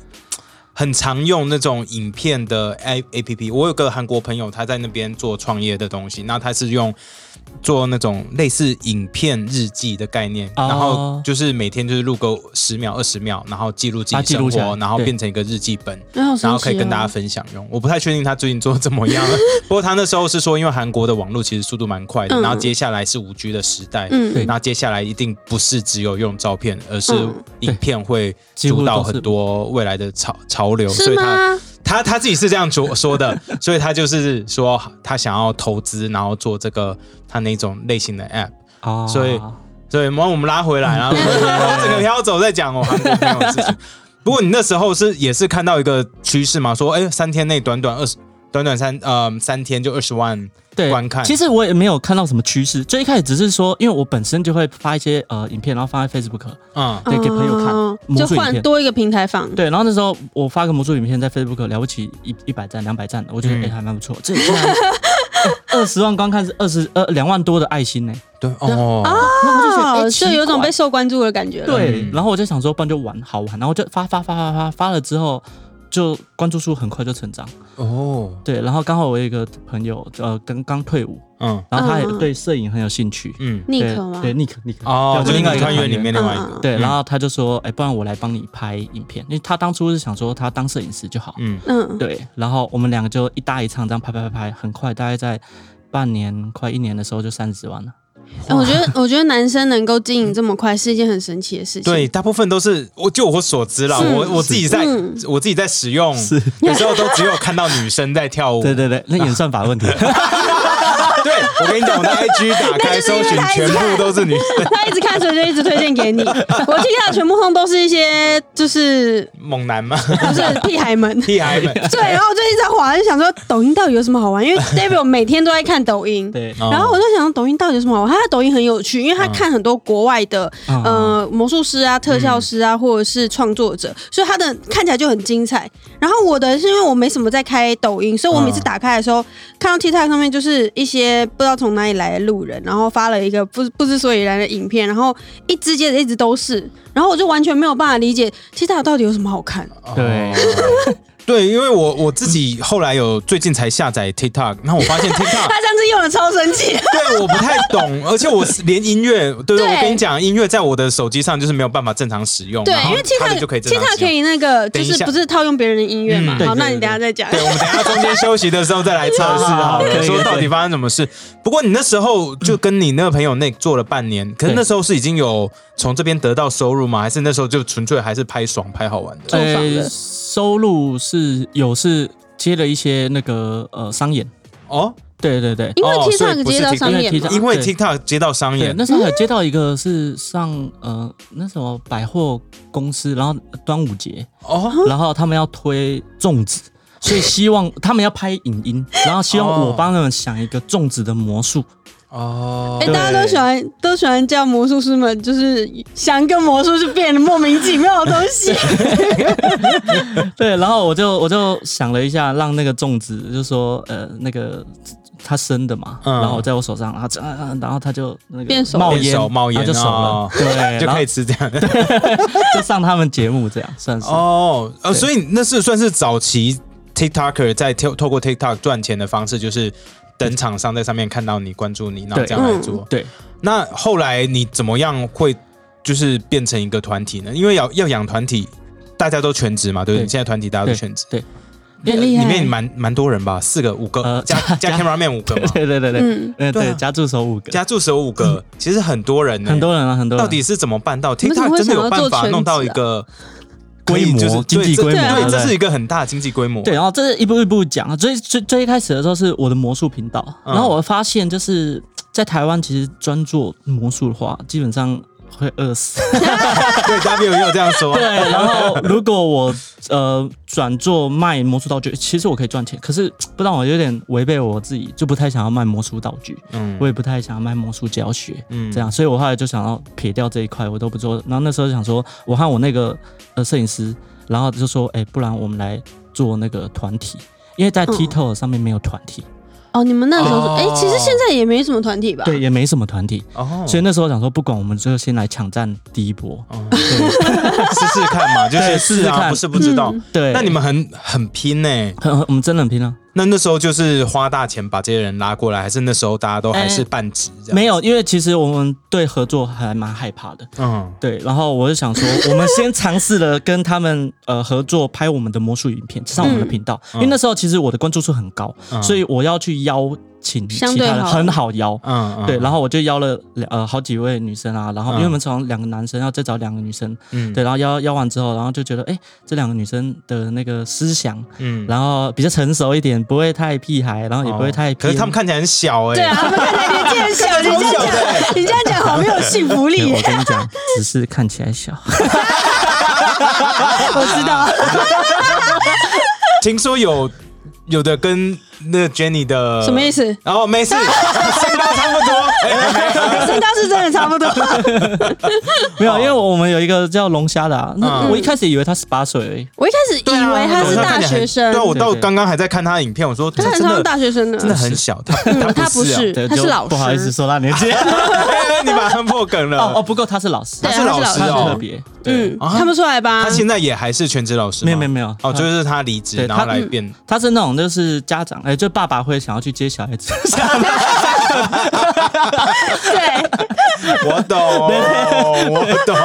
Speaker 1: 很常用那种影片的 A A P P，我有个韩国朋友，他在那边做创业的东西，那他是用做那种类似影片日记的概念，
Speaker 3: 哦
Speaker 1: 然后就是每天就是录个十秒二十秒，然后记录自
Speaker 3: 把它
Speaker 1: 己
Speaker 3: 记
Speaker 1: 生
Speaker 3: 录下
Speaker 1: 活，
Speaker 3: 来
Speaker 1: 然后
Speaker 3: 对
Speaker 1: 变成一个日记本，
Speaker 2: 然
Speaker 1: 然后可以跟大家分享用。我不太确定他最近做得怎么样， 不过他那时候是说，因为韩国的网络其实速度蛮快的，
Speaker 2: 嗯
Speaker 1: 然后接下来是五 G 的时代，
Speaker 2: 嗯
Speaker 3: 对
Speaker 1: 那接下来一定不是只有用照片，而是
Speaker 2: 嗯
Speaker 1: 影片会
Speaker 3: 几
Speaker 1: 主
Speaker 3: 乎都是
Speaker 1: 导很多未来的潮潮流，所
Speaker 2: 是
Speaker 1: 以他
Speaker 2: 吗？
Speaker 1: 他他自己是这样说说的， 所以他就是说他想要投资，然后做这个他那种类型的 app。
Speaker 3: 啊
Speaker 1: 所以所以，然后我们拉回来， 然后整个飘走再讲我韩国朋友的事情。不过你那时候是也是看到一个趋势嘛，说哎，三天内短短二十，短短三呃三天就二十万，
Speaker 3: 对
Speaker 1: 观看
Speaker 3: 其实我也没有看到什么趋势，最一开始只是说，因为我本身就会发一些呃影片，然后放在 Facebook，
Speaker 2: 啊
Speaker 1: 嗯
Speaker 3: 对，给朋友看
Speaker 2: 哦
Speaker 3: 魔
Speaker 2: 就
Speaker 3: 术影
Speaker 2: 换
Speaker 3: 片。
Speaker 2: 多一个平台放。
Speaker 3: 对，然后那时候我发个魔术影片在 Facebook，了不起一一百赞、两百赞，我觉得哎、
Speaker 1: 嗯
Speaker 3: 还蛮不错。这也竟然哎二十万观看是二十呃两万多的爱心呢、
Speaker 1: 对哦，
Speaker 3: 然后我就觉得、
Speaker 2: 哦，
Speaker 3: 哎
Speaker 2: 就有一种被
Speaker 3: 奇
Speaker 2: 受关注的感觉了。
Speaker 3: 怪对，
Speaker 1: 嗯
Speaker 3: 然后我就想说，不然就玩好玩，然后就发发发发发发了之后，就关注数很快就成长。
Speaker 1: 哦，
Speaker 3: 对，然后刚好我有一个朋友，呃，刚刚退伍，
Speaker 1: 嗯
Speaker 3: 然后他也
Speaker 2: 嗯
Speaker 3: 对摄影很有兴趣。
Speaker 1: 嗯，
Speaker 2: 尼克吗？
Speaker 3: 对对，Nick Nick
Speaker 1: 哦，就
Speaker 3: 对
Speaker 1: 是《
Speaker 3: 我们
Speaker 1: 女团
Speaker 3: 团
Speaker 1: 员》里面另外一
Speaker 2: 嗯
Speaker 1: 个，
Speaker 3: 对，
Speaker 1: 嗯
Speaker 3: 然后他就说，哎、不然我来帮你拍影片，因为他当初是想说他当摄影师就好。
Speaker 1: 嗯，
Speaker 2: 嗯，
Speaker 3: 对，然后我们两个就一搭一唱这样拍拍拍拍，很快，大概在半年快一年的时候就三十万了。
Speaker 2: 哎我觉得，我觉得男生能够经营这么快是一件很神奇的事情。
Speaker 1: 对，大部分都是我就我所知啦，
Speaker 2: 是
Speaker 1: 我我自己在
Speaker 2: 嗯
Speaker 1: 我自己在使用，有时候都只有看到女生在跳舞，
Speaker 3: 对对对，那演算法问题。
Speaker 1: 对，我跟你讲，我的 IG 打开搜寻，全部都是女生，
Speaker 2: 他一直看，所以就一直推荐 给你。我听到全部通都是一些就是
Speaker 1: 猛男嘛，
Speaker 2: 不是屁孩们。
Speaker 1: 屁孩们，
Speaker 2: 对，然后我最近在滑，就想说抖音到底有什么好玩？ 因为 David 每天都在看抖音。
Speaker 3: 对，
Speaker 2: 然后我就想，抖音到底有什么好玩？他的抖音很有趣，因为他看很多国外的、
Speaker 3: 嗯
Speaker 2: 呃魔术师啊、特效师啊，或者是创作者，所以他的看起来就很精彩。然后我的是因为我没什么在开抖音，所以我每次打开的时候，看到 TikTok 上面就是一些不知道从哪里来的路人，然后发了一个不不知所以然的影片，然后一直接着一直都是，然后我就完全没有办法理解，其实他到底有什么好看？
Speaker 3: 啊对
Speaker 1: 哦 对，因为我我自己后来有最近才下载 TikTok，然后我发现 TikTok
Speaker 2: 他上次用的超生气，
Speaker 1: 对，我不太懂，而且我是连音乐，对
Speaker 2: 对
Speaker 1: 我跟你讲，音乐在我的手机上就是没有办法正常使用，
Speaker 2: 对
Speaker 1: 然，后
Speaker 2: 因为
Speaker 1: 它的
Speaker 2: TikTok
Speaker 1: 就可以正常
Speaker 2: TikTok
Speaker 1: 使
Speaker 2: 可
Speaker 1: 用。
Speaker 2: 以那个就
Speaker 1: 等一
Speaker 2: 是
Speaker 1: 下
Speaker 2: 不是套用别人的音乐嘛？
Speaker 1: 嗯
Speaker 2: 好，
Speaker 3: 对
Speaker 2: 那
Speaker 3: 对
Speaker 2: 你等一下再讲。
Speaker 1: 对，我们等一下中间休息的时候再来测 试好
Speaker 3: 好好
Speaker 1: 了，
Speaker 3: 可以
Speaker 1: 说到底发生什么事。不过你那时候就跟你那个朋友那做了半年，可是
Speaker 3: 对
Speaker 1: 那时候是已经有从这边得到收入吗？还是那时候就纯粹还是拍爽拍好玩的？
Speaker 2: 做法的
Speaker 3: 收入是有是接了一些那个呃商演，
Speaker 1: 哦，
Speaker 3: 对对对，
Speaker 2: 因为
Speaker 1: 哦所以
Speaker 2: TikTok
Speaker 1: 不是
Speaker 2: 接到
Speaker 1: TikTok，
Speaker 2: 商业
Speaker 3: 因为
Speaker 2: 嘛
Speaker 3: TikTok，
Speaker 1: 因为
Speaker 3: 对
Speaker 1: TikTok 接到商
Speaker 3: 对，
Speaker 1: 演，
Speaker 3: 那时候还有接到一个是上呃那什么百货公司，然后端午节，
Speaker 2: 啊
Speaker 1: 哦，
Speaker 3: 然后他们要推粽子，所以希望他们要拍影音，然后希望
Speaker 1: 哦
Speaker 3: 我帮他们想一个粽子的魔术。
Speaker 1: 哦
Speaker 2: 哎、，大家都喜欢都喜欢叫魔术师们，就是想一个魔术是变得莫名其妙的东西。
Speaker 3: 对，然后我就我就想了一下，让那个粽子就说呃那个。它生的嘛，
Speaker 1: 嗯
Speaker 3: 然后在我手上，然后这样啊然后它就那
Speaker 2: 变
Speaker 3: 个
Speaker 2: 熟
Speaker 3: 冒
Speaker 1: 变熟
Speaker 3: 烟，
Speaker 1: 冒烟
Speaker 3: 然后就熟了
Speaker 1: 哦，
Speaker 3: 对，
Speaker 1: 就
Speaker 3: 然
Speaker 1: 可
Speaker 3: 后
Speaker 1: 以吃这样的。
Speaker 3: 就上他们节目这样算是。
Speaker 1: 哦，呃，
Speaker 3: 对
Speaker 1: 所以那是算是早期 TikToker 在透透过 TikTok 赚钱的方式，就是等厂商在上面看到你、关注你，然后
Speaker 3: 对嗯
Speaker 1: 这样来做。
Speaker 3: 对，
Speaker 1: 那后来你怎么样会就是变成一个团体呢？因为要要养团体，大家都全职嘛，对不对？
Speaker 3: 对
Speaker 1: 现在团体大家都全职，
Speaker 3: 对
Speaker 1: 呃
Speaker 2: 很厉害
Speaker 1: 里面蛮蛮多人吧，四个、五个
Speaker 3: 呃，
Speaker 1: 加加
Speaker 3: 加
Speaker 1: cameraman 五个嘛，
Speaker 3: 对对对对，
Speaker 2: 嗯
Speaker 3: 嗯，对
Speaker 1: 哦对啊
Speaker 3: 对，加助手五个，
Speaker 1: 加助手五 个，其实很多人呢，
Speaker 3: 很多人啊，很多人。
Speaker 1: 到底是怎么办到
Speaker 2: 们怎么
Speaker 1: ？TikTok
Speaker 2: 会
Speaker 1: 真
Speaker 2: 想
Speaker 1: 的有
Speaker 2: 要
Speaker 1: 办
Speaker 2: 做
Speaker 1: 法
Speaker 2: 全
Speaker 1: 弄到
Speaker 2: 职
Speaker 1: 一
Speaker 2: 啊
Speaker 1: 个
Speaker 3: 规模
Speaker 1: 可以就是
Speaker 3: 经
Speaker 1: 对
Speaker 3: 济
Speaker 1: 这
Speaker 2: 模
Speaker 3: 规
Speaker 2: 对
Speaker 1: 对，
Speaker 2: 不
Speaker 1: 这
Speaker 3: 对
Speaker 1: 是一个很大的经济规模。
Speaker 3: 对，然后这是一步一步讲啊。最最最一开始的时候是我的魔术频道，
Speaker 1: 嗯
Speaker 3: 然后我发现就是在台湾，其实专做魔术的话，基本上会饿死。
Speaker 1: 对，W 也有这样说。
Speaker 3: 对，然后如果我呃转做卖魔术道具，其实我可以赚钱，可是不然我有点违背我自己，就不太想要卖魔术道具，
Speaker 1: 嗯
Speaker 3: 我也不太想要卖魔术教学。
Speaker 1: 嗯
Speaker 3: 这样，所以我后来就想要撇掉这一块，我都不做。然后那时候就想说，我和我那个呃摄影师，然后就说，哎、不然我们来做那个团体，因为在
Speaker 2: 嗯
Speaker 3: TikTok 上面没有团体，
Speaker 2: 哦，你们那时候是
Speaker 1: 哦
Speaker 2: 哎、其实现在也没什么团体
Speaker 1: 啊
Speaker 2: 吧？
Speaker 3: 对，也没什么团体，
Speaker 1: 哦，
Speaker 3: 所以那时候想说，不管我们就先来抢占第一波。
Speaker 1: 哦 试试看嘛，就是
Speaker 3: 对试
Speaker 1: 是
Speaker 3: 试
Speaker 1: 啊，
Speaker 3: 看
Speaker 1: 不是不知道。
Speaker 2: 嗯
Speaker 3: 对，
Speaker 1: 那你们很很拼呢？
Speaker 3: 很 很我们真的很拼啊？
Speaker 1: 那那时候就是花大钱把这些人拉过来，还是那时候大家都还
Speaker 2: 哎
Speaker 1: 是半职这样？
Speaker 3: 没有，因为其实我们对合作还蛮害怕的。
Speaker 1: 嗯，
Speaker 3: 对，然后我就想说，我们先尝试了跟他们呃合作拍我们的魔术影片上我
Speaker 2: 嗯
Speaker 3: 们的频道，因为那时候其实我的关注数很高，
Speaker 1: 嗯
Speaker 3: 所以我要去邀请其
Speaker 2: 相对
Speaker 3: 他人
Speaker 2: 好
Speaker 3: 很好邀。
Speaker 1: 嗯嗯，
Speaker 3: 对，然
Speaker 1: 后
Speaker 3: 后我就邀了两呃好几位女生啊，然后因为
Speaker 1: 嗯
Speaker 3: 我们从两个男生，要再找两个女生，
Speaker 1: 嗯
Speaker 3: 对，然后邀邀完之后，然后就觉得哎，这两个女生的那个思想，
Speaker 1: 嗯哦
Speaker 3: 然后比较成熟一点，不会太屁孩，然后也不会太
Speaker 1: 可
Speaker 3: 偏，
Speaker 1: 是他们看起来很小哎。
Speaker 2: 对啊，他们看起来年纪很小，你这样 讲，你这样讲好没有信服
Speaker 3: 对
Speaker 2: 力
Speaker 3: 我。跟你讲，只是看起来小，
Speaker 2: 我知道，
Speaker 1: 听说有有的跟那个 Jenny 的
Speaker 2: 什么意？思？
Speaker 1: 然后没 事，身高差不多。哎
Speaker 2: 身高是真的差不多，
Speaker 3: 没有，因为我们有一个叫龙虾的、啊，那
Speaker 1: 嗯
Speaker 3: 我一开始以为他十八岁而已，
Speaker 2: 我一开始以
Speaker 3: 啊
Speaker 2: 为他是大学生
Speaker 1: 对啊，，我到
Speaker 3: 对嗯对
Speaker 1: 刚刚还在看他的影片，我说
Speaker 2: 他很
Speaker 1: 真
Speaker 2: 像
Speaker 1: 的
Speaker 2: 大学生的
Speaker 1: 真。的很小，他
Speaker 2: 他
Speaker 1: 不
Speaker 2: 不
Speaker 1: 是啊
Speaker 2: 是
Speaker 3: 对，
Speaker 2: 他是
Speaker 3: 就
Speaker 2: 老师
Speaker 3: 不好意思说他年 纪。
Speaker 1: 你把他破梗了。
Speaker 3: 哦哦，不过他是老师，
Speaker 2: 对，啊
Speaker 1: 他是老
Speaker 2: 老
Speaker 1: 师
Speaker 3: 他
Speaker 1: 哦
Speaker 3: 很特
Speaker 2: 师，
Speaker 3: 别，对，
Speaker 2: 嗯，
Speaker 1: 啊
Speaker 2: 看不出来吧
Speaker 1: 他？现在也还是全职老师吗？
Speaker 3: 没有没有没有
Speaker 1: 哦，
Speaker 3: 他
Speaker 1: 就是他离职，
Speaker 3: 对
Speaker 1: 然后
Speaker 3: 他嗯
Speaker 1: 来 变。
Speaker 3: 他是那种就是家长，哎，就爸爸会想要去接小 孩子，
Speaker 2: 对，
Speaker 1: 我懂，我 懂。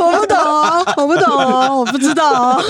Speaker 2: 我不懂哦，我不懂哦，我不知道哦。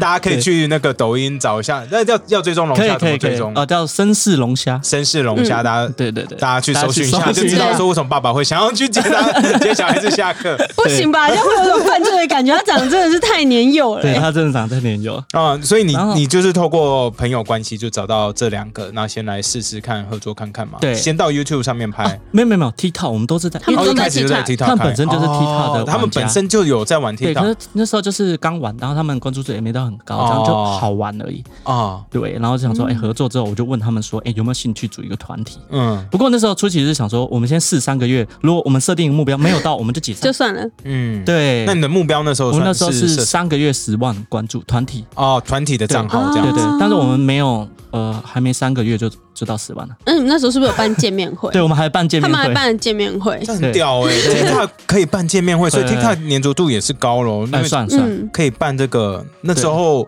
Speaker 1: 大家可以去那个抖音找一下，那要要追踪龙
Speaker 3: 可以
Speaker 1: 虾怎
Speaker 3: 可
Speaker 1: 么
Speaker 3: 以可
Speaker 1: 追
Speaker 3: 以，
Speaker 1: 踪？
Speaker 3: 哦，叫绅士龙虾，
Speaker 1: 绅士龙虾，大家
Speaker 3: 嗯对对对，
Speaker 1: 大家去搜寻一下，
Speaker 3: 大家
Speaker 1: 就
Speaker 3: 去搜
Speaker 1: 知
Speaker 3: 寻
Speaker 1: 道说为什么爸爸会想要去接他 接小孩子下 课。
Speaker 2: 不行吧？这样会有种犯罪的感觉。他长得真的是太年幼了、
Speaker 3: 对
Speaker 2: 欸。
Speaker 3: 他真的长得很年幼，
Speaker 1: 啊，所以你
Speaker 3: 然后
Speaker 1: 你就是透过朋友关系就找到这两个，那先来试试看合作看看嘛。
Speaker 3: 对
Speaker 1: 先到 YouTube 上面拍。
Speaker 3: 没有没有没有 TikTok，我们都是在，
Speaker 2: 他们
Speaker 1: 哦，
Speaker 2: 都
Speaker 1: 一
Speaker 2: 在
Speaker 1: 开始就在
Speaker 2: TikTok
Speaker 1: TikTok，
Speaker 3: 他们
Speaker 1: 看
Speaker 3: 本身就是 TikTok 的
Speaker 1: 哦他们
Speaker 3: 玩家
Speaker 1: 本身就有在玩
Speaker 3: 对，哎可
Speaker 1: TikTok
Speaker 3: 是那时候就是刚玩，然后他们关注度也没到很高，
Speaker 1: 哦
Speaker 3: 这样就好玩而已，
Speaker 1: 啊，
Speaker 3: 对，然后就想说，
Speaker 2: 嗯
Speaker 3: 哎，合作之后我就问他们说，哎，有没有兴趣组一个团体？
Speaker 1: 嗯
Speaker 3: 不过那时候初期是想说，我们先试三个月，如果我们设定目标没有到，我们就解
Speaker 2: 就
Speaker 3: 散。
Speaker 2: 算了，
Speaker 1: 嗯。
Speaker 3: 对，
Speaker 1: 那你的目标那时候
Speaker 3: 我们
Speaker 1: 算
Speaker 3: 那时候
Speaker 1: 是
Speaker 3: 是
Speaker 1: 设
Speaker 3: 三个月十万关注团体
Speaker 1: 哦，团体的账号这
Speaker 2: 对
Speaker 1: 样
Speaker 3: 对
Speaker 1: 子。
Speaker 3: 对
Speaker 2: 哦，
Speaker 3: 但是我们没有呃，还没三个月就就到十万了。
Speaker 2: 那你们那时候是不是有办见面会？
Speaker 3: 对，我们还办见
Speaker 2: 他
Speaker 3: 面
Speaker 2: 们还
Speaker 3: 会，
Speaker 2: 办了见面会。
Speaker 1: 这很屌哎、欸、！TikTok 可以办见面会，所以
Speaker 3: 对
Speaker 1: TikTok 粘着度也是高喽。那
Speaker 3: 哎，算算，
Speaker 2: 嗯，
Speaker 1: 可以办这个，那时候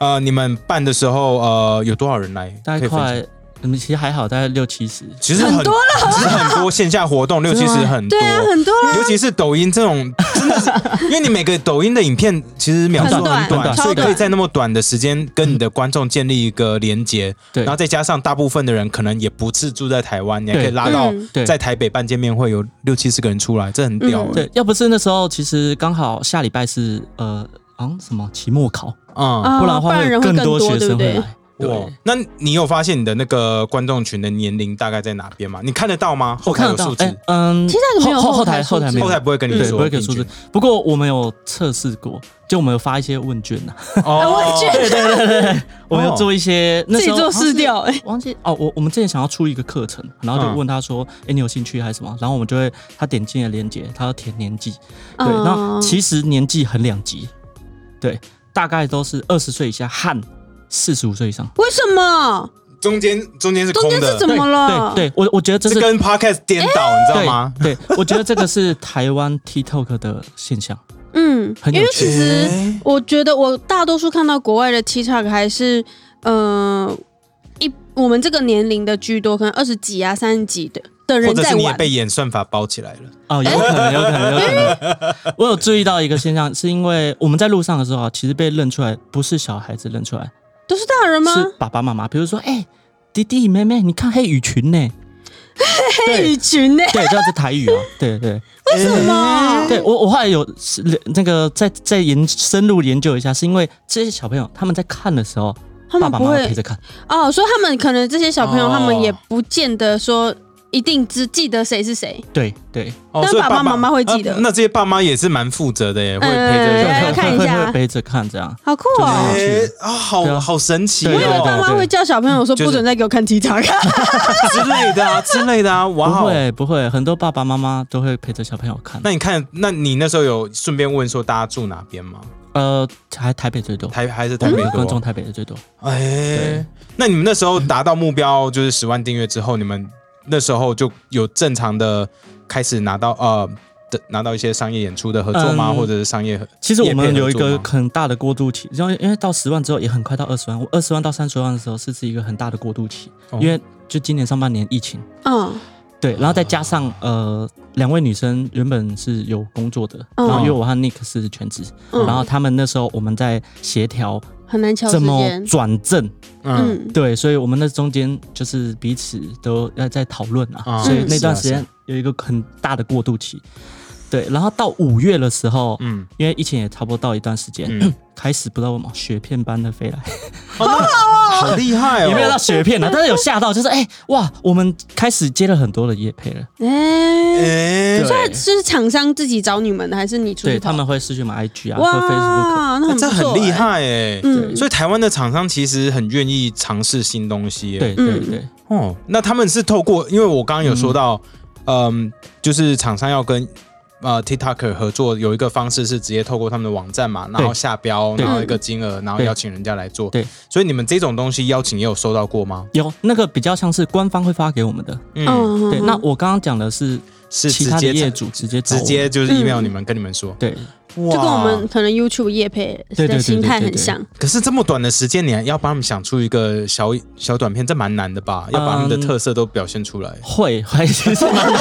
Speaker 1: 呃，你们办的时候呃，有多少人来？
Speaker 3: 大
Speaker 1: 可
Speaker 3: 概
Speaker 1: 以分享
Speaker 3: 快，嗯，其实还好，大概六七十。
Speaker 1: 其实很
Speaker 2: 很多啊
Speaker 1: 了，其实很多线下活动六
Speaker 3: 真
Speaker 1: 七
Speaker 3: 的吗
Speaker 1: 十很多
Speaker 2: 对，啊，很多啦，
Speaker 1: 尤其是抖音这种，真的是因为你每个抖音的影片其实秒数
Speaker 2: 很短
Speaker 1: 短，
Speaker 3: 很短
Speaker 1: 所以
Speaker 2: 超
Speaker 1: 可
Speaker 2: 短
Speaker 1: 以在那么短的时间跟你的观众建立一个连接，
Speaker 3: 嗯对
Speaker 1: 然后再加上大部分的人可能也不是住在台湾，你还可以
Speaker 3: 对
Speaker 1: 拉到
Speaker 2: 嗯
Speaker 3: 对
Speaker 1: 在台北办见面会有六七十个人出来，这很屌
Speaker 2: 嗯
Speaker 1: 欸，
Speaker 3: 对，要不是那时候，其实刚好下礼拜是呃，嗯，什么期末考，
Speaker 1: 嗯。
Speaker 2: 啊
Speaker 3: 不然的话
Speaker 2: 不然人
Speaker 3: 有
Speaker 2: 会
Speaker 3: 更
Speaker 2: 更
Speaker 3: 多
Speaker 2: 多
Speaker 3: 学
Speaker 2: 对
Speaker 3: 生
Speaker 2: 不
Speaker 3: 会
Speaker 2: 对
Speaker 3: 来。
Speaker 1: 哇
Speaker 3: 对，，
Speaker 1: 那你有发现你的那个观众群的年龄大概在哪边吗？你看得到吗？后
Speaker 3: 我
Speaker 1: 台
Speaker 3: 看
Speaker 1: 有
Speaker 3: 得到
Speaker 1: 数，
Speaker 3: 哎
Speaker 1: 字，，
Speaker 3: 嗯，
Speaker 2: 现在没有
Speaker 3: 后
Speaker 2: 后台
Speaker 3: 台后
Speaker 2: 数字
Speaker 3: 没有
Speaker 1: 后台不会跟你
Speaker 3: 对，
Speaker 1: 说，
Speaker 3: 不会给数字。不过我们有测试过，就我们有发一些问卷呐、
Speaker 1: 哦，
Speaker 2: 哎啊我也
Speaker 1: 对对对对，
Speaker 3: 我们有
Speaker 1: 哦
Speaker 3: 做一些那
Speaker 2: 自己
Speaker 3: 时候
Speaker 2: 做
Speaker 3: 好像
Speaker 2: 试
Speaker 3: 是
Speaker 2: 调，哎，
Speaker 3: 忘记哦，我我们之前想要出一个课程，然后就问他
Speaker 1: 嗯
Speaker 3: 说：“哎、你有兴趣还是什么？”然后我们就会他点进了链接，他要填年纪，对，
Speaker 2: 嗯
Speaker 3: 那、其实年纪很两极，对，大概都是二十岁以下和四十五岁以上。
Speaker 2: 为什么
Speaker 1: 中间中间是
Speaker 2: 中
Speaker 1: 空
Speaker 2: 间
Speaker 1: 的
Speaker 2: 是，怎么哎了？
Speaker 3: 对，对我我觉得这
Speaker 1: 这
Speaker 3: 是
Speaker 1: 跟 podcast 颠倒，你知道
Speaker 3: 对
Speaker 1: 吗？
Speaker 3: 对，我觉得这个是台湾 TikTok 的现象，
Speaker 2: 嗯，
Speaker 3: 很有
Speaker 2: 因为
Speaker 3: 趣
Speaker 2: 其实
Speaker 1: 哎
Speaker 2: 我觉得我大多数看到国外的 TikTok 还是，呃，一我们这个年龄的居多，可能二十几啊、三十几的的
Speaker 1: 或
Speaker 2: 人
Speaker 1: 者
Speaker 2: 在
Speaker 1: 是你也
Speaker 2: 玩。
Speaker 1: 被演算法包起来了。
Speaker 3: 哦，有可能，有可能，有可能。 我有注意到一个现象，是因为我们在路上的时候啊，其实被认出来不是小孩子认出来，
Speaker 2: 都是大人吗？
Speaker 3: 是爸爸妈妈。比如说，哎、弟弟妹妹，你看黑羽裙呢？
Speaker 2: 黑群呢、
Speaker 3: 对，这样是台语啊。对对
Speaker 1: 为什哎
Speaker 2: 么
Speaker 3: 对，我我后来有是那个再再研深入研究一下，是因为这些小朋友他们在看的时候，
Speaker 2: 他
Speaker 3: 爸
Speaker 2: 们
Speaker 3: 爸
Speaker 2: 不
Speaker 3: 妈妈
Speaker 2: 会
Speaker 3: 陪着看，
Speaker 2: 哦，所以他们可能这些小朋友，
Speaker 1: 哦
Speaker 2: 他们也不见得说一定只记得谁是谁。
Speaker 3: 对对，
Speaker 1: 哦
Speaker 2: 但
Speaker 1: 所以
Speaker 2: 爸爸妈妈会记得
Speaker 1: 呃那这些爸妈也是蛮负责的耶，会
Speaker 2: 嗯
Speaker 1: 陪着
Speaker 2: 对
Speaker 1: 小
Speaker 2: 要
Speaker 1: 孩
Speaker 3: 会
Speaker 2: 看一
Speaker 3: 会
Speaker 2: 下
Speaker 3: 会陪着看这样。
Speaker 2: 好酷
Speaker 3: 真
Speaker 2: 哦！
Speaker 3: 的
Speaker 1: 哎啊，
Speaker 3: 对
Speaker 1: 好
Speaker 3: 啊
Speaker 1: 好神奇
Speaker 3: 对
Speaker 2: 我以为
Speaker 3: 对
Speaker 1: 哦
Speaker 2: 爸妈会叫小朋友说
Speaker 1: 就是
Speaker 2: 不准再给我看 TikTok，
Speaker 1: 之类的 啊，之类的啊，哇
Speaker 3: 不
Speaker 1: 哦！
Speaker 3: 会不会，很多爸爸妈妈都会陪着小朋友看。
Speaker 1: 那你看，那你那时候有顺便问说大家住哪边吗？
Speaker 3: 呃，台台北最多，
Speaker 1: 台还是
Speaker 3: 我
Speaker 1: 台北
Speaker 3: 们观众
Speaker 1: 多？
Speaker 3: 台北的最多。
Speaker 1: 哎
Speaker 3: 对，
Speaker 1: 那你们那时候达到目标就是十万订阅之后，你们那时候就有正常的开始拿到呃的拿到一些商业演出的合作吗？
Speaker 3: 嗯
Speaker 1: 或者是商业合
Speaker 3: 其实我们有
Speaker 1: 业配合
Speaker 3: 一个
Speaker 1: 作吗
Speaker 3: 很大的过渡期，因为因为到十万之后也很快到二十万，我二十万到三十万的时候是是一个很大的过渡期，
Speaker 1: 哦
Speaker 3: 因为就今年上半年疫情，
Speaker 2: 嗯，
Speaker 3: 对，然后再加上呃两位女生原本是有工作的，
Speaker 2: 嗯
Speaker 3: 然后因为我和 Nick 是全职，
Speaker 2: 嗯
Speaker 3: 然后他们那时候我们在协调
Speaker 2: 很难敲时
Speaker 3: 怎么
Speaker 2: 间。
Speaker 3: 转正，
Speaker 1: 嗯
Speaker 2: 嗯，
Speaker 3: 对，所以我们那中间就是彼此都要在讨论
Speaker 1: 嗯
Speaker 3: 啊，所以那段时
Speaker 1: 是啊
Speaker 3: 间有一个很大的过渡期，对，然后到五月的时候，
Speaker 1: 嗯
Speaker 3: 因为疫情也差不多到一段时间，
Speaker 1: 嗯，
Speaker 3: 开始不知道为什么雪片般的飞来，
Speaker 1: 好哦好好厉害哦！
Speaker 3: 也没有到雪片啊，但是有吓到，就是哎、哇，我们开始接了很多的夜配了，
Speaker 2: 哎，
Speaker 1: 哎
Speaker 3: 对，
Speaker 2: 是厂商自己找你们的，还是你出去
Speaker 3: 对
Speaker 2: 跑
Speaker 3: 他？们会私讯买 IG 啊，或 Facebook，
Speaker 2: 哇，那很不
Speaker 1: 这
Speaker 2: 错
Speaker 1: 很厉
Speaker 2: 欸。
Speaker 1: 害哎。
Speaker 2: 嗯
Speaker 1: 所以台湾的厂商其实很愿意尝试新东西耶。
Speaker 3: 对对对，
Speaker 1: 哦，那他们是透过，因为我刚刚有说到，嗯，就是厂商要跟。呃，TikTok 合作有一个方式是直接透过他们的网站嘛，然后下标，
Speaker 3: 对
Speaker 1: 然后一个金额，然后
Speaker 3: 对
Speaker 1: 邀请人家来做。
Speaker 3: 对，
Speaker 1: 所以你们这种东西邀请也有收到过吗？
Speaker 3: 有那个比较像是官方会发给我们的，
Speaker 1: 嗯，
Speaker 2: 嗯，
Speaker 3: 对，那我刚刚讲的是
Speaker 1: 是
Speaker 3: 其
Speaker 1: 直
Speaker 3: 他的
Speaker 1: 接
Speaker 3: 业主直接找我
Speaker 1: 直
Speaker 3: 们
Speaker 1: 接就是
Speaker 2: 嗯
Speaker 1: email 你们，跟你们说。
Speaker 3: 对，
Speaker 1: 就
Speaker 2: 就跟我们可能 YouTube 业配
Speaker 3: 对对对
Speaker 2: 的心态
Speaker 3: 对对
Speaker 2: 很
Speaker 3: 对
Speaker 2: 像。
Speaker 1: 可是这么短的时间，你还要帮他们想出一个小小短片，这蛮难的吧？要把他们的
Speaker 3: 嗯
Speaker 1: 特色都表现出来。
Speaker 3: 会 会其实蛮难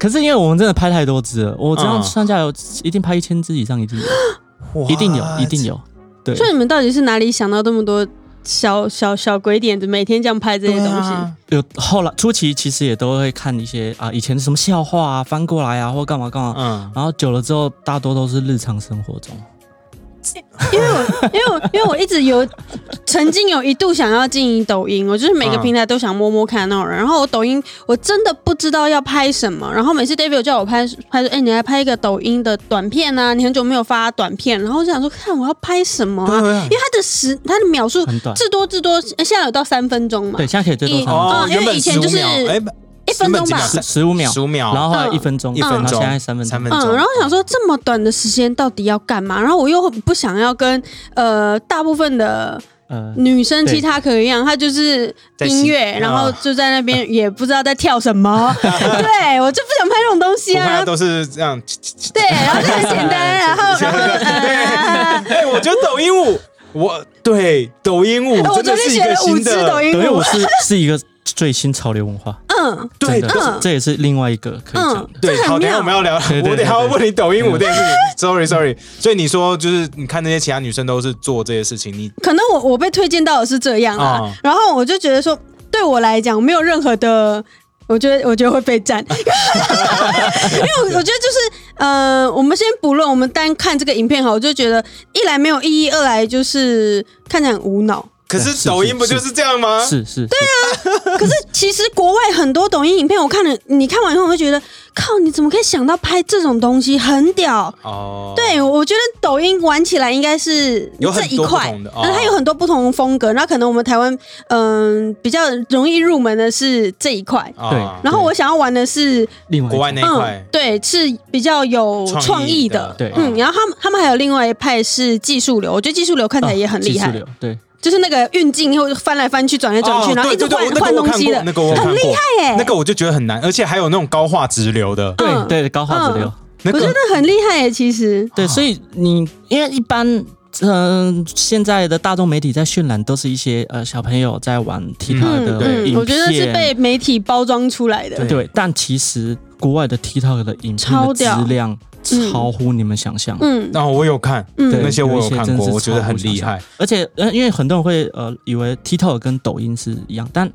Speaker 3: 可是因为我们真的拍太多支了，我这样
Speaker 1: 嗯
Speaker 3: 算下来有一定拍一千支以上，一定有，
Speaker 1: 哇
Speaker 3: 一定有，一定有，对。
Speaker 2: 所以你们到底是哪里想到这么多小小小鬼点子，每天这样拍这些
Speaker 1: 对
Speaker 2: 东西？
Speaker 1: 啊
Speaker 3: 有后来初期其实也都会看一些啊、以前的什么笑话啊翻过来啊或干嘛干嘛，
Speaker 1: 嗯，
Speaker 3: 然后久了之后大多都是日常生活中。
Speaker 2: 因为我因为我因为我一直有曾经有一度想要经营抖音，我就是每个
Speaker 1: 嗯
Speaker 2: 平台都想摸摸看那种人。然后我抖音我真的不知道要拍什么，然后每次 David 叫我拍拍说，哎、你来拍一个抖音的短片啊，你很久没有发短片，然后我就想说，看我要拍什么啊？
Speaker 1: 对啊
Speaker 2: 因为它的时它的秒数
Speaker 3: 很短
Speaker 2: 至多至多，现在有到三分钟嘛
Speaker 3: 对，？现在可以最多
Speaker 2: 一
Speaker 3: 三
Speaker 1: 哦，
Speaker 2: 嗯因为
Speaker 1: 原本
Speaker 2: 以前
Speaker 1: 15
Speaker 2: 就是
Speaker 1: 秒哎，
Speaker 2: 一分钟吧
Speaker 3: 十十五秒，
Speaker 1: 十五秒，
Speaker 3: 然后后来
Speaker 2: 嗯
Speaker 3: 一分钟，
Speaker 1: 一分
Speaker 3: 然后
Speaker 1: 钟，
Speaker 3: 现在三分
Speaker 1: 三
Speaker 3: 钟。
Speaker 1: 分钟。
Speaker 2: 嗯，然后我想说这么短的时间到底要干嘛？然后我又不想要跟呃大部分的
Speaker 3: 呃，
Speaker 2: 女生
Speaker 3: 对
Speaker 2: 其他可一样，她就是
Speaker 1: 嗯在
Speaker 2: 音乐，
Speaker 1: 洗啊
Speaker 2: 然后就在那 边也不知道在跳什么。对我就不想拍这种东西
Speaker 1: 我看
Speaker 2: 啊
Speaker 1: 他。都是这样。
Speaker 2: 对，然后就很简单， 然后然后呃，
Speaker 1: 哎，我觉得抖音舞，我对抖音舞
Speaker 2: 哎我
Speaker 1: 真
Speaker 2: 昨天
Speaker 1: 的是一
Speaker 2: 学
Speaker 1: 个
Speaker 2: 了五
Speaker 1: 新
Speaker 2: 支抖
Speaker 1: 的，
Speaker 2: 音
Speaker 3: 等于
Speaker 2: 舞
Speaker 3: 我，是是一个最新潮流文化，
Speaker 2: 嗯
Speaker 1: 对
Speaker 3: 真的
Speaker 1: 都
Speaker 2: 嗯
Speaker 3: 这也是另外一个可以讲
Speaker 2: 嗯
Speaker 3: 的。，
Speaker 1: 对，
Speaker 2: 这
Speaker 1: 好，
Speaker 2: 很
Speaker 1: 等一
Speaker 2: 妙
Speaker 1: 下我们要聊，
Speaker 3: 对对
Speaker 1: 我等一下
Speaker 3: 对
Speaker 1: 要哦
Speaker 3: 对
Speaker 1: 问你抖音舞这件事情。Sorry，Sorry，所以你说就是你看那些其他女生都是做这些事情，你
Speaker 2: 可能我我被推荐到的是这样啊，
Speaker 1: 哦
Speaker 2: 然后我就觉得说，对我来讲没有任何的，我觉得我觉得会被 占，因为我我觉得就是呃，我们先不论，我们单看这个影片好，我就觉得一来没有意义，二来就是看起来很无脑。
Speaker 1: 可
Speaker 3: 对
Speaker 1: 是
Speaker 3: 是
Speaker 1: 抖音
Speaker 3: 是
Speaker 1: 不就是这样吗？
Speaker 3: 是是，对啊，
Speaker 2: 可是其实国外很多抖音影片，我看了，你看完以后我会觉得，靠，你怎么可以想到拍这种东西，很屌。
Speaker 1: 哦，
Speaker 2: 对，我觉得抖音玩起来应该是
Speaker 1: 有很
Speaker 2: 这一
Speaker 1: 多不
Speaker 2: 块
Speaker 1: 同的，哦
Speaker 2: 那它有很多不同的风格。那可能我们台湾，嗯，比较容易入门的是这一块。
Speaker 1: 啊
Speaker 3: 对
Speaker 2: 然后我想要玩的是，
Speaker 3: 另外一啊
Speaker 1: 国外那
Speaker 3: 种
Speaker 1: 一
Speaker 2: 嗯
Speaker 1: 块，
Speaker 2: 对，是比较有创
Speaker 1: 意
Speaker 2: 意的。
Speaker 3: 对
Speaker 2: 嗯嗯，然后他们他们还有另外一派是技术流，我觉得技术流看起来也很厉害
Speaker 3: 技术，流对，
Speaker 2: 就是那个运镜又翻来翻去、转来转去，
Speaker 1: 哦
Speaker 2: 然后一直
Speaker 1: 对对
Speaker 2: 换
Speaker 1: 对我那个
Speaker 2: 换
Speaker 1: 我
Speaker 2: 东
Speaker 1: 看
Speaker 2: 西
Speaker 1: 过
Speaker 2: 的，哎
Speaker 1: 那个我
Speaker 2: 很
Speaker 1: 看
Speaker 2: 厉
Speaker 1: 过，
Speaker 2: 害耶。
Speaker 1: 那个我就觉得很难，而且还有那种高画质流的，
Speaker 2: 嗯
Speaker 3: 对对高画质流，
Speaker 1: 那
Speaker 2: 我觉
Speaker 1: 个
Speaker 2: 得很厉害耶，其实。
Speaker 3: 嗯对，所以你因为一般，嗯、现在的大众媒体在渲染都是一些呃小朋友在玩踢踏
Speaker 1: 嗯
Speaker 3: 的
Speaker 1: 对
Speaker 3: 影片，
Speaker 2: 我觉得是被媒体包装出来的。
Speaker 3: 对，但其实国外的 TikTok 的影片
Speaker 2: 超
Speaker 3: 的
Speaker 2: 屌
Speaker 3: 质量超乎你们想象。
Speaker 2: 嗯，
Speaker 1: 然后哦我有看
Speaker 2: 嗯
Speaker 1: 那些，我
Speaker 3: 有一
Speaker 1: 有
Speaker 3: 些
Speaker 1: 看
Speaker 3: 真
Speaker 1: 过，
Speaker 3: 是
Speaker 1: 我觉得
Speaker 3: 超乎
Speaker 1: 很
Speaker 3: 想
Speaker 1: 厉
Speaker 3: 象
Speaker 1: 害。
Speaker 3: 而且，呃，因为很多人会呃以为 TikTok 跟抖音是一样，但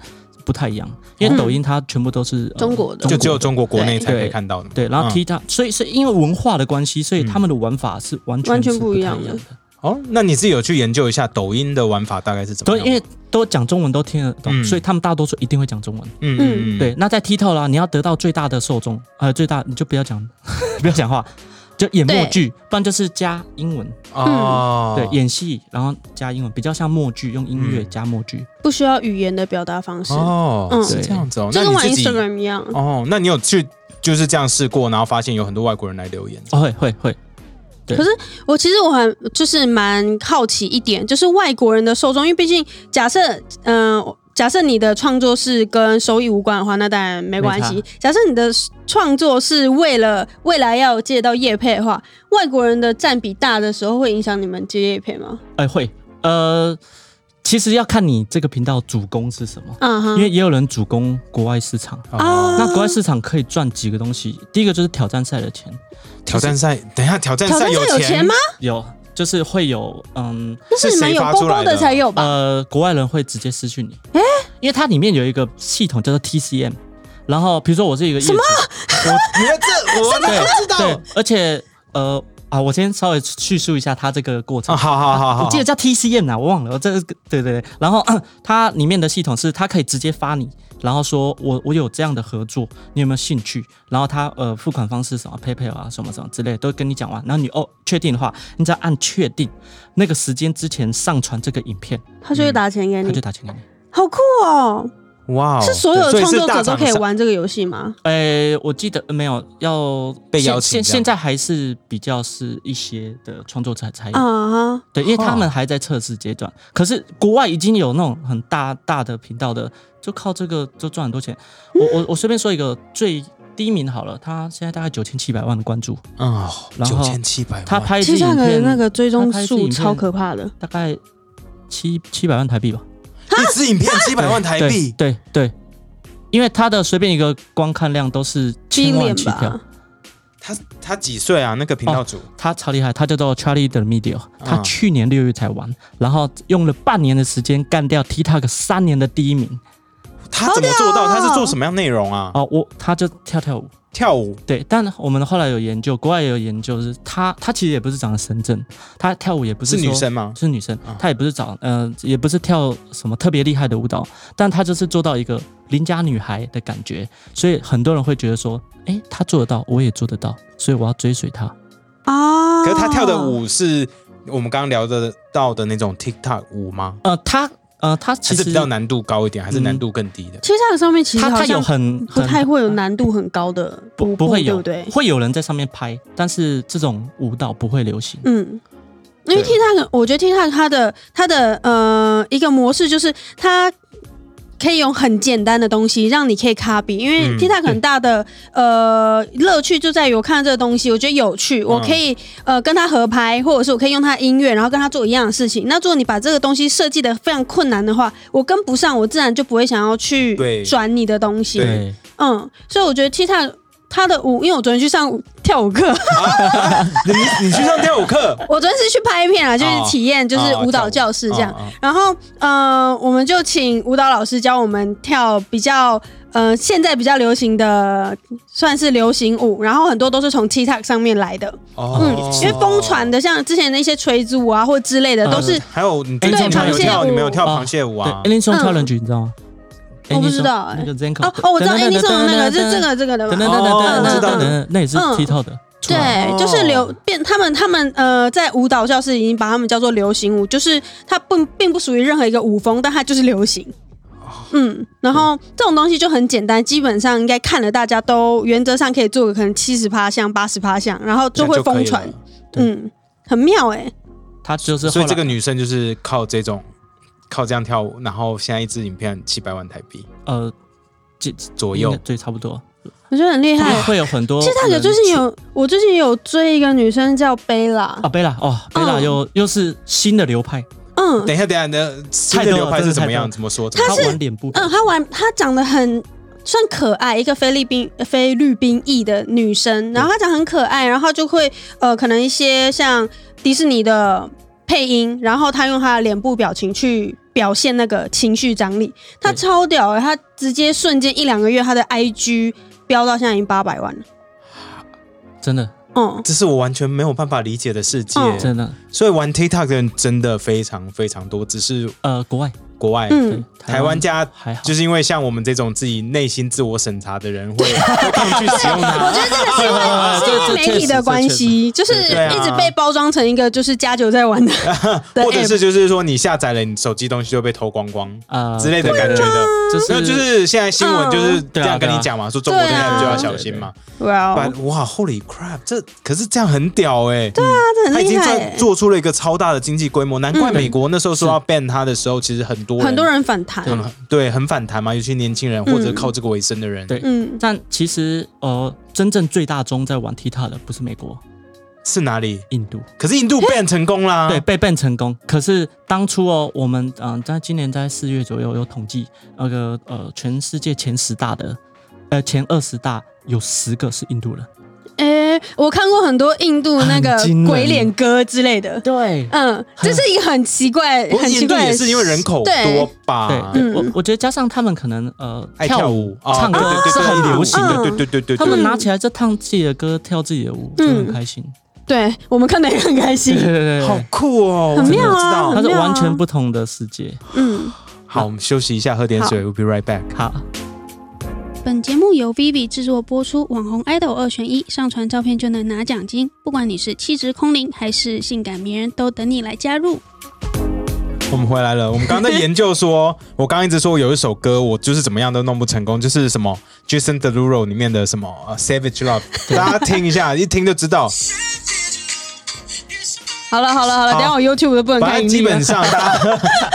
Speaker 3: 不太一样，因为抖音它全部都是、呃
Speaker 2: 嗯中国的
Speaker 1: 就只有中国国内才可以
Speaker 3: 对
Speaker 1: 看到的。
Speaker 3: 对，然后
Speaker 1: 嗯
Speaker 3: TikTok，、所以是因为文化的关系，所以他们的玩法是完全
Speaker 2: 完全
Speaker 3: 是
Speaker 2: 不
Speaker 3: 不
Speaker 2: 一
Speaker 3: 太
Speaker 2: 样
Speaker 3: 一
Speaker 2: 的
Speaker 3: 样的。
Speaker 1: 哦，那你自己有去研究一下抖音的玩法大概是怎么
Speaker 3: 都
Speaker 1: 样？
Speaker 3: 因为都讲中文都听得懂，
Speaker 1: 嗯
Speaker 3: 所以他们大多数一定会讲中文。
Speaker 1: 嗯
Speaker 2: 嗯
Speaker 3: 对，那在 TikTok 啦，你要得到最大的受众，呃，最大你就不要讲， 不要讲话，就演默剧，不然就是加英文，
Speaker 1: 哦，
Speaker 3: 嗯对，演戏然后加英文，比较像默剧，用音乐
Speaker 1: 嗯
Speaker 3: 加默剧。
Speaker 2: 不需要语言的表达方式，
Speaker 1: 哦
Speaker 2: 嗯，
Speaker 1: 是这样子哦。
Speaker 2: 就
Speaker 1: 那
Speaker 2: 跟玩
Speaker 1: 你自己
Speaker 2: Instagram 一样。
Speaker 1: 哦，那你有去就是这样试过，然后发现有很多外国人来留言，
Speaker 3: 哦，会会会，对
Speaker 2: 可是我其实我很就是蛮好奇一点，就是外国人的受众，因为毕竟假设，嗯、假设你的创作是跟收益无关的话，那当然没关系
Speaker 3: 没。
Speaker 2: 假设你的创作是为了未来要接到业配的话，外国人的占比大的时候，会影响你们接业配吗？
Speaker 3: 哎、会，呃，其实要看你这个频道主攻是什么，
Speaker 2: 嗯
Speaker 3: 因为
Speaker 2: 哼，
Speaker 3: 也有人主攻国外市场。
Speaker 1: 哦
Speaker 3: 那国外市场可以赚几个东西？第一个就是挑战赛的钱，
Speaker 1: 挑战赛，等一下挑战
Speaker 2: 挑
Speaker 1: 赛
Speaker 2: 战赛有
Speaker 1: 钱
Speaker 2: 钱吗？？
Speaker 3: 有就是会有嗯
Speaker 2: 那是你们
Speaker 1: 谁
Speaker 2: 有
Speaker 1: 发
Speaker 2: 勾
Speaker 1: 出来
Speaker 2: 勾的
Speaker 1: 的啊
Speaker 2: 才有吧？
Speaker 3: 呃，国外人会直接失去你，因为它里面有一个系统叫做 TCM，然后比如说我是一个业主，
Speaker 1: 你看这 我哪
Speaker 3: 对
Speaker 1: 知道？
Speaker 3: 对，而且呃啊，我先稍微叙述一下它这个过程
Speaker 1: 啊，好。好好好，
Speaker 3: 我记得叫 TCM 啊，我忘了，我这个对对对，然后、嗯它里面的系统是它可以直接发你，然后说我我有这样的合作，你有没有兴趣？然后它呃付款方式什么 PayPal 啊什么什么之类的都跟你讲完，然后你哦确定的话，你只要按确定那个时间之前上传这个影片，
Speaker 2: 他就会打钱给
Speaker 3: 他就
Speaker 2: 你，
Speaker 3: 打钱给你。
Speaker 2: 好酷哦！
Speaker 1: 哇哦，
Speaker 2: 是所有
Speaker 1: 嗯对
Speaker 2: 创
Speaker 1: 所以是
Speaker 2: 作
Speaker 1: 大
Speaker 2: 者都可以
Speaker 1: 厂商
Speaker 2: 玩这个游戏吗？
Speaker 3: 呃，我记得呃没有要
Speaker 1: 被
Speaker 3: 现
Speaker 1: 邀请
Speaker 3: 现
Speaker 1: 这样
Speaker 3: 现在还是比较是一些的创作者才
Speaker 1: 哎哦
Speaker 3: 有，
Speaker 2: 啊哈，
Speaker 3: 对，因为
Speaker 1: 哈
Speaker 3: 他们还在测试阶段。可是国外已经有那种很大大的频道的，就靠这个就赚很多钱。我我我随便说一个最低名好了，他现在大概九千七百万的关注，
Speaker 1: 嗯，
Speaker 3: 然
Speaker 1: 九
Speaker 3: 后
Speaker 1: 千七百万，
Speaker 3: 他拍一支
Speaker 2: 其实那
Speaker 3: 影
Speaker 2: 个
Speaker 3: 片
Speaker 2: 那个追踪
Speaker 3: 他拍一支影
Speaker 2: 数
Speaker 3: 片
Speaker 2: 超可怕的，
Speaker 3: 大概七七百万台币吧，
Speaker 1: 一支影片七百万台
Speaker 3: 对
Speaker 1: 币，
Speaker 3: 对对。因为他的随便一个观看量都是
Speaker 2: 第一
Speaker 3: 千万
Speaker 2: 脸
Speaker 3: 起跳
Speaker 2: 吧，，
Speaker 1: 他他几岁啊？那个频道主
Speaker 3: 他超厉害，他叫做 Charlie d e Media，他
Speaker 1: 嗯
Speaker 3: 去年六月才玩，然后用了半年的时间干掉 TikTok 三年的第一名
Speaker 1: 他怎么做到？
Speaker 2: 好屌哦
Speaker 1: 他是做什么样内容啊？
Speaker 3: 哦，我他就跳跳舞，
Speaker 1: 跳舞
Speaker 3: 对，但我们后来有研究，国外也有研究是他他其实也不是长在深圳，他跳舞也不
Speaker 1: 是
Speaker 3: 说
Speaker 1: 女生吗？啊
Speaker 3: 是女生，她也不是找，呃，也不是跳什么特别厉害的舞蹈，但她就是做到一个邻家女孩的感觉，所以很多人会觉得说，诶，她做得到，我也做得到，所以我要追随她。
Speaker 2: 啊
Speaker 1: 可是他跳的，舞是我们刚刚聊的到的那种 TikTok 舞吗？
Speaker 3: 呃，她呃，她
Speaker 1: 还
Speaker 3: 其
Speaker 1: 是
Speaker 3: 实
Speaker 1: 比较难度高一点，还是
Speaker 3: 嗯
Speaker 1: 难度更低的？
Speaker 2: 其实它上面其实
Speaker 3: 她
Speaker 2: 好
Speaker 3: 她有
Speaker 2: 像
Speaker 3: 很
Speaker 2: 不
Speaker 3: 很
Speaker 2: 太会有难度很高的
Speaker 3: 不
Speaker 2: 舞
Speaker 3: 不
Speaker 2: 步
Speaker 3: 会
Speaker 2: 对
Speaker 3: 有，
Speaker 2: 不对？
Speaker 3: 会有人在上面拍，但是这种舞蹈不会流行。
Speaker 2: 嗯，因为
Speaker 1: 对
Speaker 2: TikTok，我觉得 TikTok 它的它的呃一个模式就是它可以用很简单的东西让你可以 copy，因为
Speaker 1: 嗯
Speaker 2: TikTok 很大的、呃乐趣就在于我看到这个东西，我觉得有趣，我可以、
Speaker 1: 嗯
Speaker 2: 呃跟它合拍，或者是我可以用它音乐，然后跟它做一样的事情。那如果你把这个东西设计的非常困难的话，我跟不上，我自然就不会想要去
Speaker 1: 对
Speaker 2: 转你的东西。
Speaker 1: 对
Speaker 3: 对，
Speaker 2: 嗯，所以我觉得 TikTok 它的舞，因为我昨天去上舞跳舞课。
Speaker 1: 你你去上跳舞课，
Speaker 2: 我昨天是去拍片啊，就
Speaker 1: 哦
Speaker 2: 是体验，就是舞蹈教室这样
Speaker 1: 哦哦哦。
Speaker 2: 然后，呃，我们就请舞蹈老师教我们跳比较，呃，现在比较流行的，算是流行舞，然后很多都是从 TikTok 上面来的，
Speaker 1: 哦
Speaker 2: 嗯，因为疯传的，像之前的一些锤子舞啊或之类的，
Speaker 3: 嗯
Speaker 2: 都是
Speaker 1: 还有你
Speaker 3: 对
Speaker 1: 最近
Speaker 3: 螃
Speaker 1: 有
Speaker 3: 蟹
Speaker 1: 跳，
Speaker 2: 舞
Speaker 1: 你没有跳
Speaker 3: 哦
Speaker 1: 螃蟹舞啊
Speaker 3: 对？，Alien Song
Speaker 2: 嗯
Speaker 3: Challenge 你知道吗？
Speaker 2: 我不
Speaker 3: Alien
Speaker 2: 知
Speaker 3: Song，
Speaker 2: 道欸
Speaker 3: 那个 Zenko
Speaker 2: 哦哦，我知道 Annie 送的那个，是这个这个的
Speaker 3: 等
Speaker 2: 吧
Speaker 3: 等？等
Speaker 1: 呃哦
Speaker 3: 等
Speaker 2: 我知
Speaker 3: 等
Speaker 2: 道
Speaker 3: 等等，那也是
Speaker 2: 嗯
Speaker 3: TikTok 的。出来哦
Speaker 2: 对，就是流变，他们他们呃，在舞蹈教室已经把他们叫做流行舞，就是它并并不属于任何一个舞风，但它就是流行。
Speaker 3: 哦
Speaker 2: 嗯，然后这种东西就很简单，基本上应该看了大家都原则上可以做个可能七十趴像八十趴像，然后就会疯传。
Speaker 3: 这样
Speaker 2: 嗯，很妙哎、
Speaker 3: 他就是后
Speaker 1: 所以
Speaker 3: 来
Speaker 1: 这个女生就是靠这种靠这样跳舞，然后现在一支影片七百万台币
Speaker 3: 呃几
Speaker 1: 左右
Speaker 3: 应该，对，差不多。
Speaker 2: 我觉得很厉
Speaker 3: 会
Speaker 2: 害。
Speaker 3: 会有很多人
Speaker 2: 其
Speaker 3: 去。
Speaker 2: 实他有最近有，我最近有追一个女生叫贝拉，
Speaker 3: 啊，贝拉哦，贝拉
Speaker 2: 嗯
Speaker 3: 又又是新的流派，
Speaker 2: 嗯
Speaker 1: 等一下，等一下，那新的流派是怎么样？怎么说？怎么
Speaker 3: 他
Speaker 1: 说
Speaker 3: 玩脸部，
Speaker 2: 嗯，她玩她长得很算可爱，一个菲律宾呃菲律宾裔的女生，然后她长得很可爱，然后就会呃可能一些像迪士尼的配音，然后她用她的脸部表情去表现那个情绪张力，她
Speaker 3: 对
Speaker 2: 超屌欸她直接瞬间一两个月，她的 IG 飙到现在已经八百万了，
Speaker 3: 真的
Speaker 2: 嗯。
Speaker 1: 这是我完全没有办法理解的世界。
Speaker 2: 嗯
Speaker 3: 真的，
Speaker 1: 所以玩 TikTok 的人真的非常非常多，只是
Speaker 3: 呃，国外
Speaker 1: 国外、
Speaker 3: 对
Speaker 2: 嗯，
Speaker 1: 台湾家。
Speaker 3: 还好，
Speaker 1: 就是因为像我们这种自己内心自我审查的人会，会抗拒使用它。
Speaker 2: 我觉得这个是因为
Speaker 3: 啊
Speaker 2: 是因为
Speaker 3: 这这
Speaker 2: 媒体
Speaker 3: 确
Speaker 2: 的
Speaker 3: 实
Speaker 2: 关 系，就
Speaker 3: 确
Speaker 2: 是
Speaker 3: 实
Speaker 1: 对啊
Speaker 2: 一直被包装成一个就是加酒在玩的的
Speaker 1: 或者
Speaker 2: app，
Speaker 1: 是就是说你下载了，你手机东西就被偷光光
Speaker 3: 啊
Speaker 1: 之类的感觉的。
Speaker 3: 就是
Speaker 1: 那就是现在新闻就是这样跟你讲嘛，说中国
Speaker 2: 对
Speaker 1: 现
Speaker 2: 啊
Speaker 1: 在就要小心嘛。
Speaker 2: 哇哦，
Speaker 1: 但哇，Holy crap！这可是这样很屌哎、对啊，
Speaker 2: 他真的
Speaker 1: 他
Speaker 2: 很
Speaker 1: 已
Speaker 2: 厉
Speaker 1: 经
Speaker 2: 害
Speaker 1: 在
Speaker 2: 欸，
Speaker 1: 做出了一个超大的经济规模，难怪
Speaker 2: 嗯
Speaker 1: 美国那时候说要 ban 他的时候，其实很多人
Speaker 2: 很多人反弹，
Speaker 1: 很对很反弹嘛，尤其年轻人或者靠这个为生的人，
Speaker 3: 对
Speaker 2: 嗯，
Speaker 3: 但其实呃，真正最大宗在玩 TikTok 的不是美国，
Speaker 1: 是哪里？
Speaker 3: 印度，
Speaker 1: 可是印度 ban 成功啦，
Speaker 3: 对，被 ban 成功。可是当初哦，我们嗯、呃在今年在四月左右有统计，那个呃，全世界前十大的，呃，前二十大有十个是印度人。
Speaker 2: 诶，我看过很多印度那个
Speaker 3: 很惊人
Speaker 2: 鬼脸歌之类的，
Speaker 3: 对
Speaker 2: 嗯，这是一个很奇怪、
Speaker 1: 不过
Speaker 2: 很奇
Speaker 1: 印度
Speaker 2: 怪的事，
Speaker 1: 也是因为人口
Speaker 2: 对
Speaker 1: 多吧，
Speaker 3: 对，
Speaker 2: 嗯
Speaker 3: 我我觉得加上他们可能呃
Speaker 1: 爱跳舞、啊
Speaker 3: 唱歌
Speaker 1: 对对对
Speaker 3: 是
Speaker 1: 对
Speaker 3: 很
Speaker 1: 对嗯
Speaker 3: 流行的，
Speaker 1: 对对对对对，
Speaker 3: 他们拿起来就唱自己的歌，跳自己的舞，
Speaker 2: 嗯
Speaker 3: 就很开心。
Speaker 2: 对我们看的也很开
Speaker 3: 对
Speaker 2: 心，
Speaker 3: 对对
Speaker 1: 好
Speaker 3: 对，
Speaker 1: 酷哦，
Speaker 2: 很
Speaker 1: 我真的
Speaker 2: 妙啊
Speaker 1: 不知道
Speaker 2: 很
Speaker 3: 它是完全不同的世界。
Speaker 2: 嗯。
Speaker 1: 好，我们休息一下，喝点水，We'll be right back。
Speaker 3: 好，
Speaker 2: 本节目由 Vivi 制作播出，网红 idol 二选一，上传照片就能拿奖金，不管你是气质空灵还是性感迷人，都等你来加入。
Speaker 1: 我们回来了，我们刚刚在研究说，我刚刚一直说有一首歌，我就是怎么样都弄不成功，就是什么 Jason Derulo 里面的什么、呃 Savage Love，大家听一下，一听就知道。
Speaker 2: 好了好了好了，
Speaker 1: 好
Speaker 2: 等一下我 YouTube 都不能
Speaker 1: 反
Speaker 2: 看
Speaker 1: 正
Speaker 2: 盈
Speaker 1: 基
Speaker 2: 利了
Speaker 1: 本。上大 家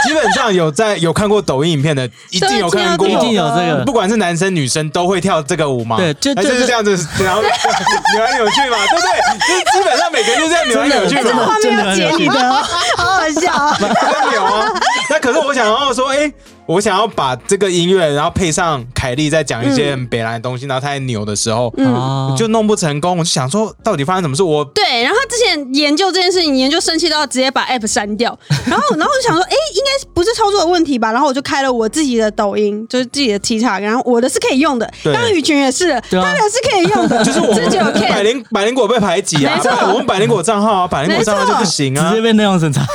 Speaker 1: 基本上有在有看过抖音影片的，一定有看过，
Speaker 3: 一
Speaker 2: 啊
Speaker 3: 定有啊这个
Speaker 1: 不管是男生女生都会跳这个舞嘛。
Speaker 3: 对就
Speaker 1: 哎
Speaker 3: 就
Speaker 1: 就是
Speaker 3: 是
Speaker 1: 这样子，然后 扭来扭去嘛，对不对？就是基本上每个人就这样扭来扭去
Speaker 2: 哎这
Speaker 1: 嘛
Speaker 2: 个。画面
Speaker 3: 真的
Speaker 2: 要截你的哦， 好好笑哦。
Speaker 1: 真有啊。 那可是我想要说，哎、我想要把这个音乐，然后配上凯莉在讲一些很北兰的东西，然后她在扭的时候，
Speaker 2: 嗯，
Speaker 3: 啊
Speaker 1: 就弄不成功。我就想说，到底发生什么事？ 我
Speaker 2: 对，然后他之前研究这件事情，研究生气到直接把 app 删掉。 然后，然后我就想说，哎、应该不是操作的问题吧？然后我就开了我自己的抖音，就是自己的 TikTok，然后我的是可以用的，
Speaker 1: 对
Speaker 2: 刚刚雨群也是，
Speaker 3: 对
Speaker 2: 他
Speaker 3: 啊
Speaker 2: 的是可以用的，
Speaker 1: 就是我
Speaker 2: 这就有
Speaker 1: 们
Speaker 2: can
Speaker 1: 百灵百灵果被排挤啊，
Speaker 2: 没错
Speaker 1: 我们百灵果账号啊，百灵果账号就不行啊
Speaker 3: 直接。被内容审查。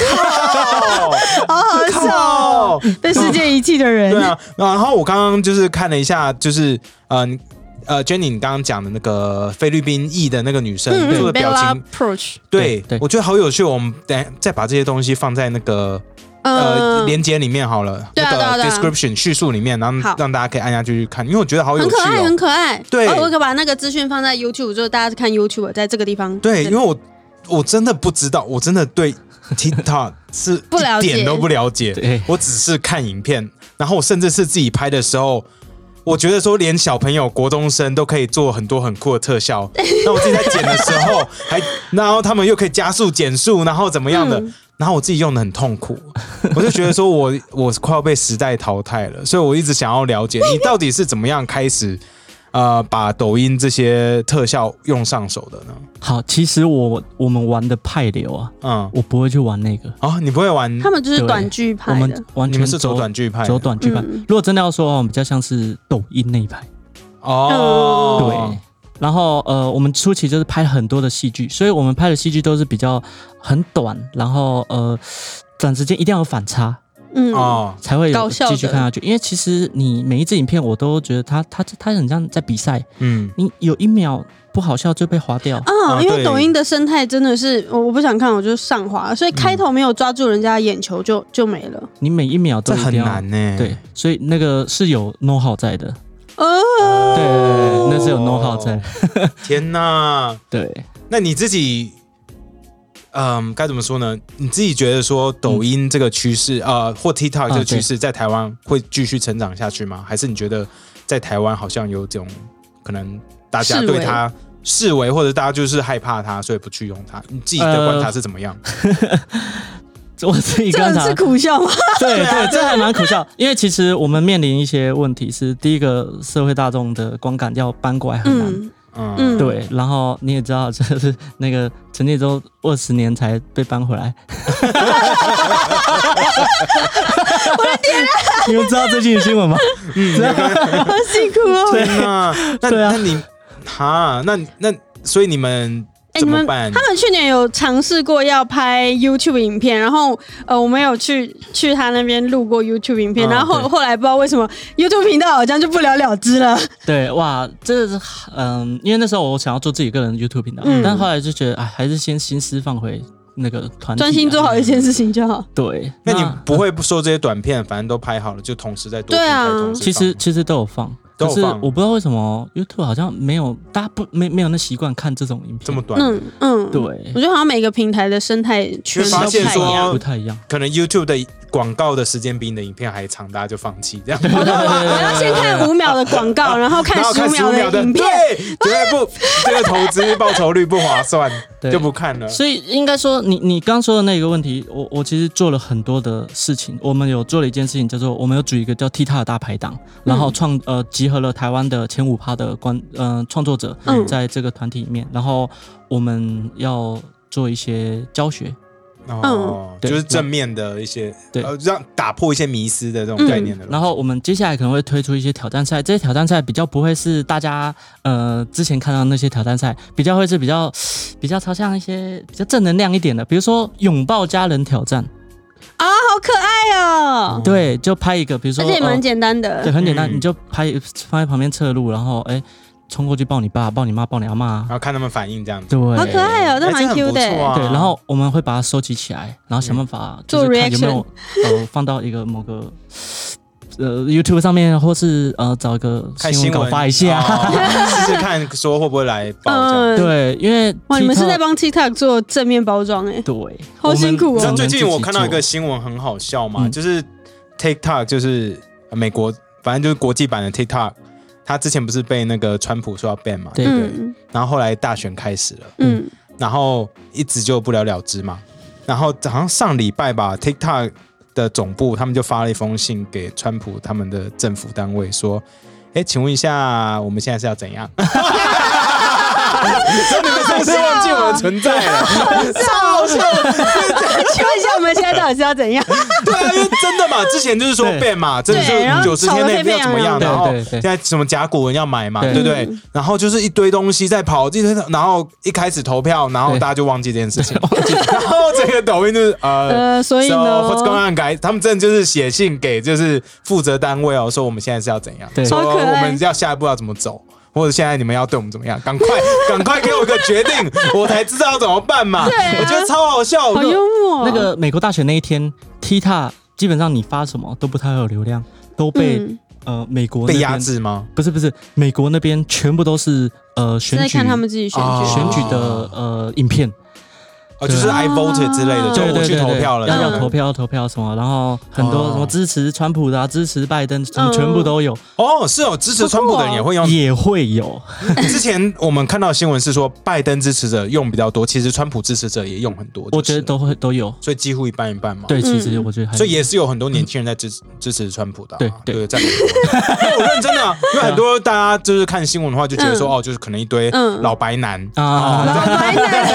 Speaker 2: 好好笑哦，
Speaker 1: 靠
Speaker 2: 被世界遗弃的人。
Speaker 1: 对啊，然后我刚刚就是看了一下，就是嗯呃 j e n n y 你刚刚讲的那个菲律宾裔的那个女生
Speaker 2: 嗯
Speaker 1: 做的
Speaker 2: 嗯
Speaker 1: 啊表
Speaker 2: ，Bella
Speaker 1: 情，
Speaker 2: Approach，
Speaker 1: 对
Speaker 3: 对对
Speaker 1: 我觉得好有趣哦。我们等一下再把这些东西放在那个呃，连接里面好了，
Speaker 2: 嗯对啊对啊对
Speaker 1: 那个
Speaker 2: 啊
Speaker 1: description 叙述里面，然
Speaker 2: 好
Speaker 1: 后让大家可以按下去去看，因为我觉得好有
Speaker 2: 很
Speaker 1: 趣
Speaker 2: 可爱，很
Speaker 1: 哦。
Speaker 2: 可爱。
Speaker 1: 对
Speaker 2: 哦我可把那个资讯放在 YouTube，就是大家看 YouTube，在这个地方。
Speaker 1: 对，因为我我真的不知道，我真的对 TikTok 是
Speaker 2: 不了解
Speaker 1: 一点都不了解
Speaker 3: 对。
Speaker 1: 我只是看影片，然后我甚至是自己拍的时候，我觉得说连小朋友、国中生都可以做很多很酷的 特效。那我自己在剪的时候，还然后他们又可以加速、减速，然后怎么样的。
Speaker 2: 嗯
Speaker 1: 然后我自己用的很痛苦，我就觉得说我我快要被时代淘汰了，所以我一直想要了解 你到底是怎么样开始，呃，把抖音这些特效用上手的呢？
Speaker 3: 好，其实我我们玩的派流啊，
Speaker 1: 嗯，
Speaker 3: 我不会去玩那个，
Speaker 1: 哦，你不会玩
Speaker 2: 他们就是
Speaker 3: 对
Speaker 2: 短剧
Speaker 3: 我
Speaker 2: 拍的
Speaker 3: 们，完
Speaker 1: 你
Speaker 3: 全
Speaker 1: 们是走短剧派的，
Speaker 3: 走短剧派。
Speaker 2: 嗯
Speaker 3: 如果真的要说的话，我们比较像是抖音那一派。对，
Speaker 1: 哦，
Speaker 3: 然后呃，我们初期就是拍很多的戏剧，所以我们拍的戏剧都是比较很短，然后呃，短时间一定要有反差。
Speaker 2: 嗯，
Speaker 1: 哦，
Speaker 3: 才会
Speaker 2: 搞
Speaker 3: 有
Speaker 2: 笑的
Speaker 3: 继续看下去，因为其实你每一支影片，我都觉得它它它很像在比赛，
Speaker 1: 嗯，
Speaker 3: 你有一秒不好笑就被划掉。
Speaker 2: 啊，
Speaker 1: 啊
Speaker 2: 因为
Speaker 1: 对
Speaker 2: 抖音的生态真的是，我我不想看，我就上滑，所以开头没有抓住人家的眼球就就没了。
Speaker 3: 你每一秒都
Speaker 1: 这
Speaker 3: 一
Speaker 1: 很
Speaker 3: 定要
Speaker 1: 难呢。
Speaker 3: 对，所以那个是有 no 好在的，
Speaker 2: 哦，
Speaker 3: 对对对对那是有 know-how 在。
Speaker 1: 天哪，
Speaker 3: 对，
Speaker 1: 那你自己，嗯，该怎么说呢？你自己觉得说抖音这个趋势，呃，或
Speaker 3: 啊
Speaker 1: TikTok 这个趋势，在台湾会继续成长下去吗？还是你觉得在台湾好像有这种可能，大家
Speaker 2: 视为
Speaker 1: 对它视为，或者大家就是害怕它，所以不去用它？你自己的
Speaker 3: 呃
Speaker 1: 观察是怎么样？
Speaker 3: 这我自己
Speaker 2: 这
Speaker 3: 观
Speaker 2: 个
Speaker 3: 察
Speaker 2: 是，苦 笑吗？
Speaker 3: 对对，这还蛮可笑，因为其实我们面临一些问题是，第一个社会大众的观感要搬过来很难，
Speaker 2: 嗯
Speaker 1: 嗯
Speaker 2: 嗯，，
Speaker 3: 对，然后你也知道，就是那个陈建州二十年才被 搬回来。我
Speaker 2: 啊
Speaker 3: 的天、 你们知道最近的新闻吗？
Speaker 1: 嗯
Speaker 2: 好辛苦哦。
Speaker 1: 天哪，那
Speaker 3: 对啊
Speaker 1: 那你，哈，那那所以你们
Speaker 2: 哎
Speaker 1: 怎
Speaker 2: 你
Speaker 1: 么
Speaker 2: 们
Speaker 1: 办？
Speaker 2: 他们去年有尝试过要拍 YouTube 影片，然后呃，我们有去去他那边录过 YouTube 影片，
Speaker 1: 嗯
Speaker 2: 然后后
Speaker 3: 哦对
Speaker 2: 后来不知道为什么 YouTube 频道好像就不了了之了。
Speaker 3: 对，哇，这是嗯，因为那时候我想要做自己个人的 YouTube 频道，
Speaker 2: 嗯
Speaker 3: 但后来就觉得，哎，还是先心思放回那个团体啊、
Speaker 2: 专心做好一件事情就好。
Speaker 3: 对，
Speaker 1: 那你不会不收这些短片，反正都拍好了，就同时在多
Speaker 2: 对啊
Speaker 1: 平台同时
Speaker 3: 其实
Speaker 1: 放
Speaker 3: 其实都有放，
Speaker 1: 都
Speaker 3: 可
Speaker 1: 有
Speaker 3: 是
Speaker 1: 放
Speaker 3: 我不知道为什么 YouTube 好像没有大家不没没有那习惯看这种影片，
Speaker 1: 这么短，
Speaker 2: 嗯嗯，
Speaker 3: 对
Speaker 2: 我，觉得好像每个平台的生态圈
Speaker 1: 就
Speaker 2: 都
Speaker 1: 发
Speaker 2: 不
Speaker 1: 现
Speaker 2: 太一
Speaker 1: 说
Speaker 2: 样。
Speaker 3: 不太一样。
Speaker 1: 可能 YouTube 的广告的时间比你的影片还长，大家就放弃这样。
Speaker 2: 我我要先看五秒的广告，然后看
Speaker 1: 然后
Speaker 2: 十
Speaker 1: 看十五秒
Speaker 2: 秒
Speaker 1: 的，
Speaker 2: 的影
Speaker 1: 对
Speaker 2: 片。，
Speaker 1: 绝对不，这个投资报酬率不 划算，
Speaker 3: 对
Speaker 1: 就不看了。
Speaker 3: 所以应该说你，你刚说的那个问题，我我其实做了很多的事情。我们有做了一件事情，叫做我们有组一个叫 T 塔的大排档，
Speaker 2: 嗯
Speaker 3: 然后创呃集合了台湾的前五趴的观呃创作者
Speaker 2: 嗯，
Speaker 3: 在这个团体里面，然后我们要做一些教学，
Speaker 2: 嗯
Speaker 1: 哦，
Speaker 3: 对
Speaker 1: 就是正面的一些，
Speaker 3: 对
Speaker 1: 呃，让打破一些迷思的
Speaker 2: 嗯
Speaker 1: 这种概念的东西。
Speaker 3: 然后我们接下来可能会推出一些挑战赛，这些挑战赛比较不会是大家呃之前看到那些挑战赛，比较会是比较比较朝向一些比较正能量一点的，比如说拥抱家人挑战，
Speaker 2: 啊，好可爱哦、
Speaker 3: 对，就拍一个，比如说
Speaker 2: 而且也
Speaker 3: 呃
Speaker 2: 蛮简单
Speaker 3: 对，
Speaker 2: 的。
Speaker 3: 很简单，
Speaker 1: 嗯
Speaker 3: 你就拍放在旁边侧录，然后哎冲过去抱你爸、抱你妈、抱你阿妈啊
Speaker 1: 然，后看他们反应这样子，
Speaker 3: 对，
Speaker 2: 好可爱哦、
Speaker 1: 哎
Speaker 2: 这蛮
Speaker 1: 这很
Speaker 2: Q 的、
Speaker 1: 不错啊
Speaker 3: 对，然后我们会把它收集起来，然后想办法就是
Speaker 2: 做
Speaker 3: 看有没有呃放到一个某个呃 YouTube 上面，或是呃找一个
Speaker 1: 看
Speaker 3: 新
Speaker 1: 新
Speaker 3: 闻稿
Speaker 1: 闻
Speaker 3: 发一下。
Speaker 1: 哦试试看说会不会来报这样。
Speaker 2: 嗯，，
Speaker 3: 对，因为
Speaker 2: 哇，你们是
Speaker 3: TikTok-
Speaker 2: 在帮 TikTok 做正面包装哎、
Speaker 3: 对，
Speaker 2: 好
Speaker 3: 我们
Speaker 2: 辛苦哦
Speaker 1: 你知道
Speaker 2: 我
Speaker 1: 最近我看到一个
Speaker 3: 自己
Speaker 1: 新闻很好笑嘛，
Speaker 3: 嗯
Speaker 1: 就是 TikTok 就是呃美国，反正就是国际版的 TikTok，它之前不是被那个川普说要 ban 嘛，
Speaker 3: 对
Speaker 1: 不对？
Speaker 2: 嗯
Speaker 1: 然后后来大选开始了，
Speaker 2: 嗯，
Speaker 1: 然后一直就不了了之嘛。然后好像上礼拜吧，TikTok 的总部他们就发了一封信给川普他们的政府单位说：“哎，请问一下，我们现在是要怎样？” 真的是不是忘记我的存在了？
Speaker 2: 好笑。请问一下，我们现在到底是要怎样？
Speaker 1: 对啊，因为真的嘛，之前就是说
Speaker 3: 对
Speaker 1: 变嘛，真的
Speaker 2: 对然
Speaker 1: 是
Speaker 2: 后
Speaker 1: 九十天内
Speaker 2: 炒得沸沸
Speaker 1: 要怎么
Speaker 2: 扬扬
Speaker 1: 样，然后
Speaker 3: 对对
Speaker 1: 现
Speaker 3: 对
Speaker 1: 在什么甲骨文要买嘛，
Speaker 3: 对
Speaker 1: 对不对？然后就是一堆东西在跑，一堆，然后一开始投票，然后
Speaker 3: 对
Speaker 1: 大家就忘记这件 事 情，然后这个抖音就是呃。
Speaker 2: 呃，所以
Speaker 1: so
Speaker 2: 呢，
Speaker 1: what's going on, guys？他们真的就是写信给就是负责单位哦，说我们现在是要怎样，
Speaker 3: 对
Speaker 1: 说
Speaker 2: 好可爱
Speaker 1: 我们要下一步要怎么走，或者现在你们要对我们怎么样？ 赶快赶快给我个决定，我才知道要怎么办嘛。
Speaker 2: 啊
Speaker 1: 我觉得超好笑，
Speaker 2: 好幽默。哦
Speaker 3: 那个美国大选那一天，T 塔基本上你发什么都不太会有流量，都被、
Speaker 2: 嗯
Speaker 3: 呃美国那
Speaker 1: 被
Speaker 3: 边
Speaker 1: 压，制吗？
Speaker 3: 不是不是，美国那边全部都是呃
Speaker 2: 是
Speaker 3: 选
Speaker 2: 在
Speaker 3: 举啊
Speaker 2: 看他们自己选举
Speaker 1: 哦
Speaker 3: 选举的呃影片，
Speaker 1: 哦，就是
Speaker 3: 对
Speaker 1: I voted 之类的，
Speaker 2: 哦
Speaker 1: 就
Speaker 3: 对
Speaker 1: 我
Speaker 3: 对
Speaker 1: 去
Speaker 3: 对
Speaker 1: 投
Speaker 3: 对
Speaker 1: 票了。
Speaker 3: 要
Speaker 1: 这样
Speaker 3: 要投票要投票什么，然后很多
Speaker 1: 哦
Speaker 3: 什么支持川普的、啊、支持拜登，什么
Speaker 2: 嗯
Speaker 3: 全部都有，
Speaker 1: 哦，是哦，支持川普的人也会用。
Speaker 2: 啊
Speaker 3: 也会有。
Speaker 1: 之前我们看到的新闻是说，拜登支持者用比较多，其实川普支持者也用很多。
Speaker 3: 我
Speaker 1: 就是
Speaker 3: 觉得，都会都有。
Speaker 1: 所以几乎一半一半嘛。
Speaker 3: 对，其实
Speaker 2: 嗯
Speaker 3: 我觉得还
Speaker 1: 所以也是有很多年轻人在支持、支持川普的啊、
Speaker 3: 嗯对对
Speaker 1: 在美国， 因为我认真的啊，因为很多大家就是看新闻的话，就觉得说、哦，就是可能一堆
Speaker 2: 嗯
Speaker 1: 老白男，哦
Speaker 3: 啊，
Speaker 2: 老白男，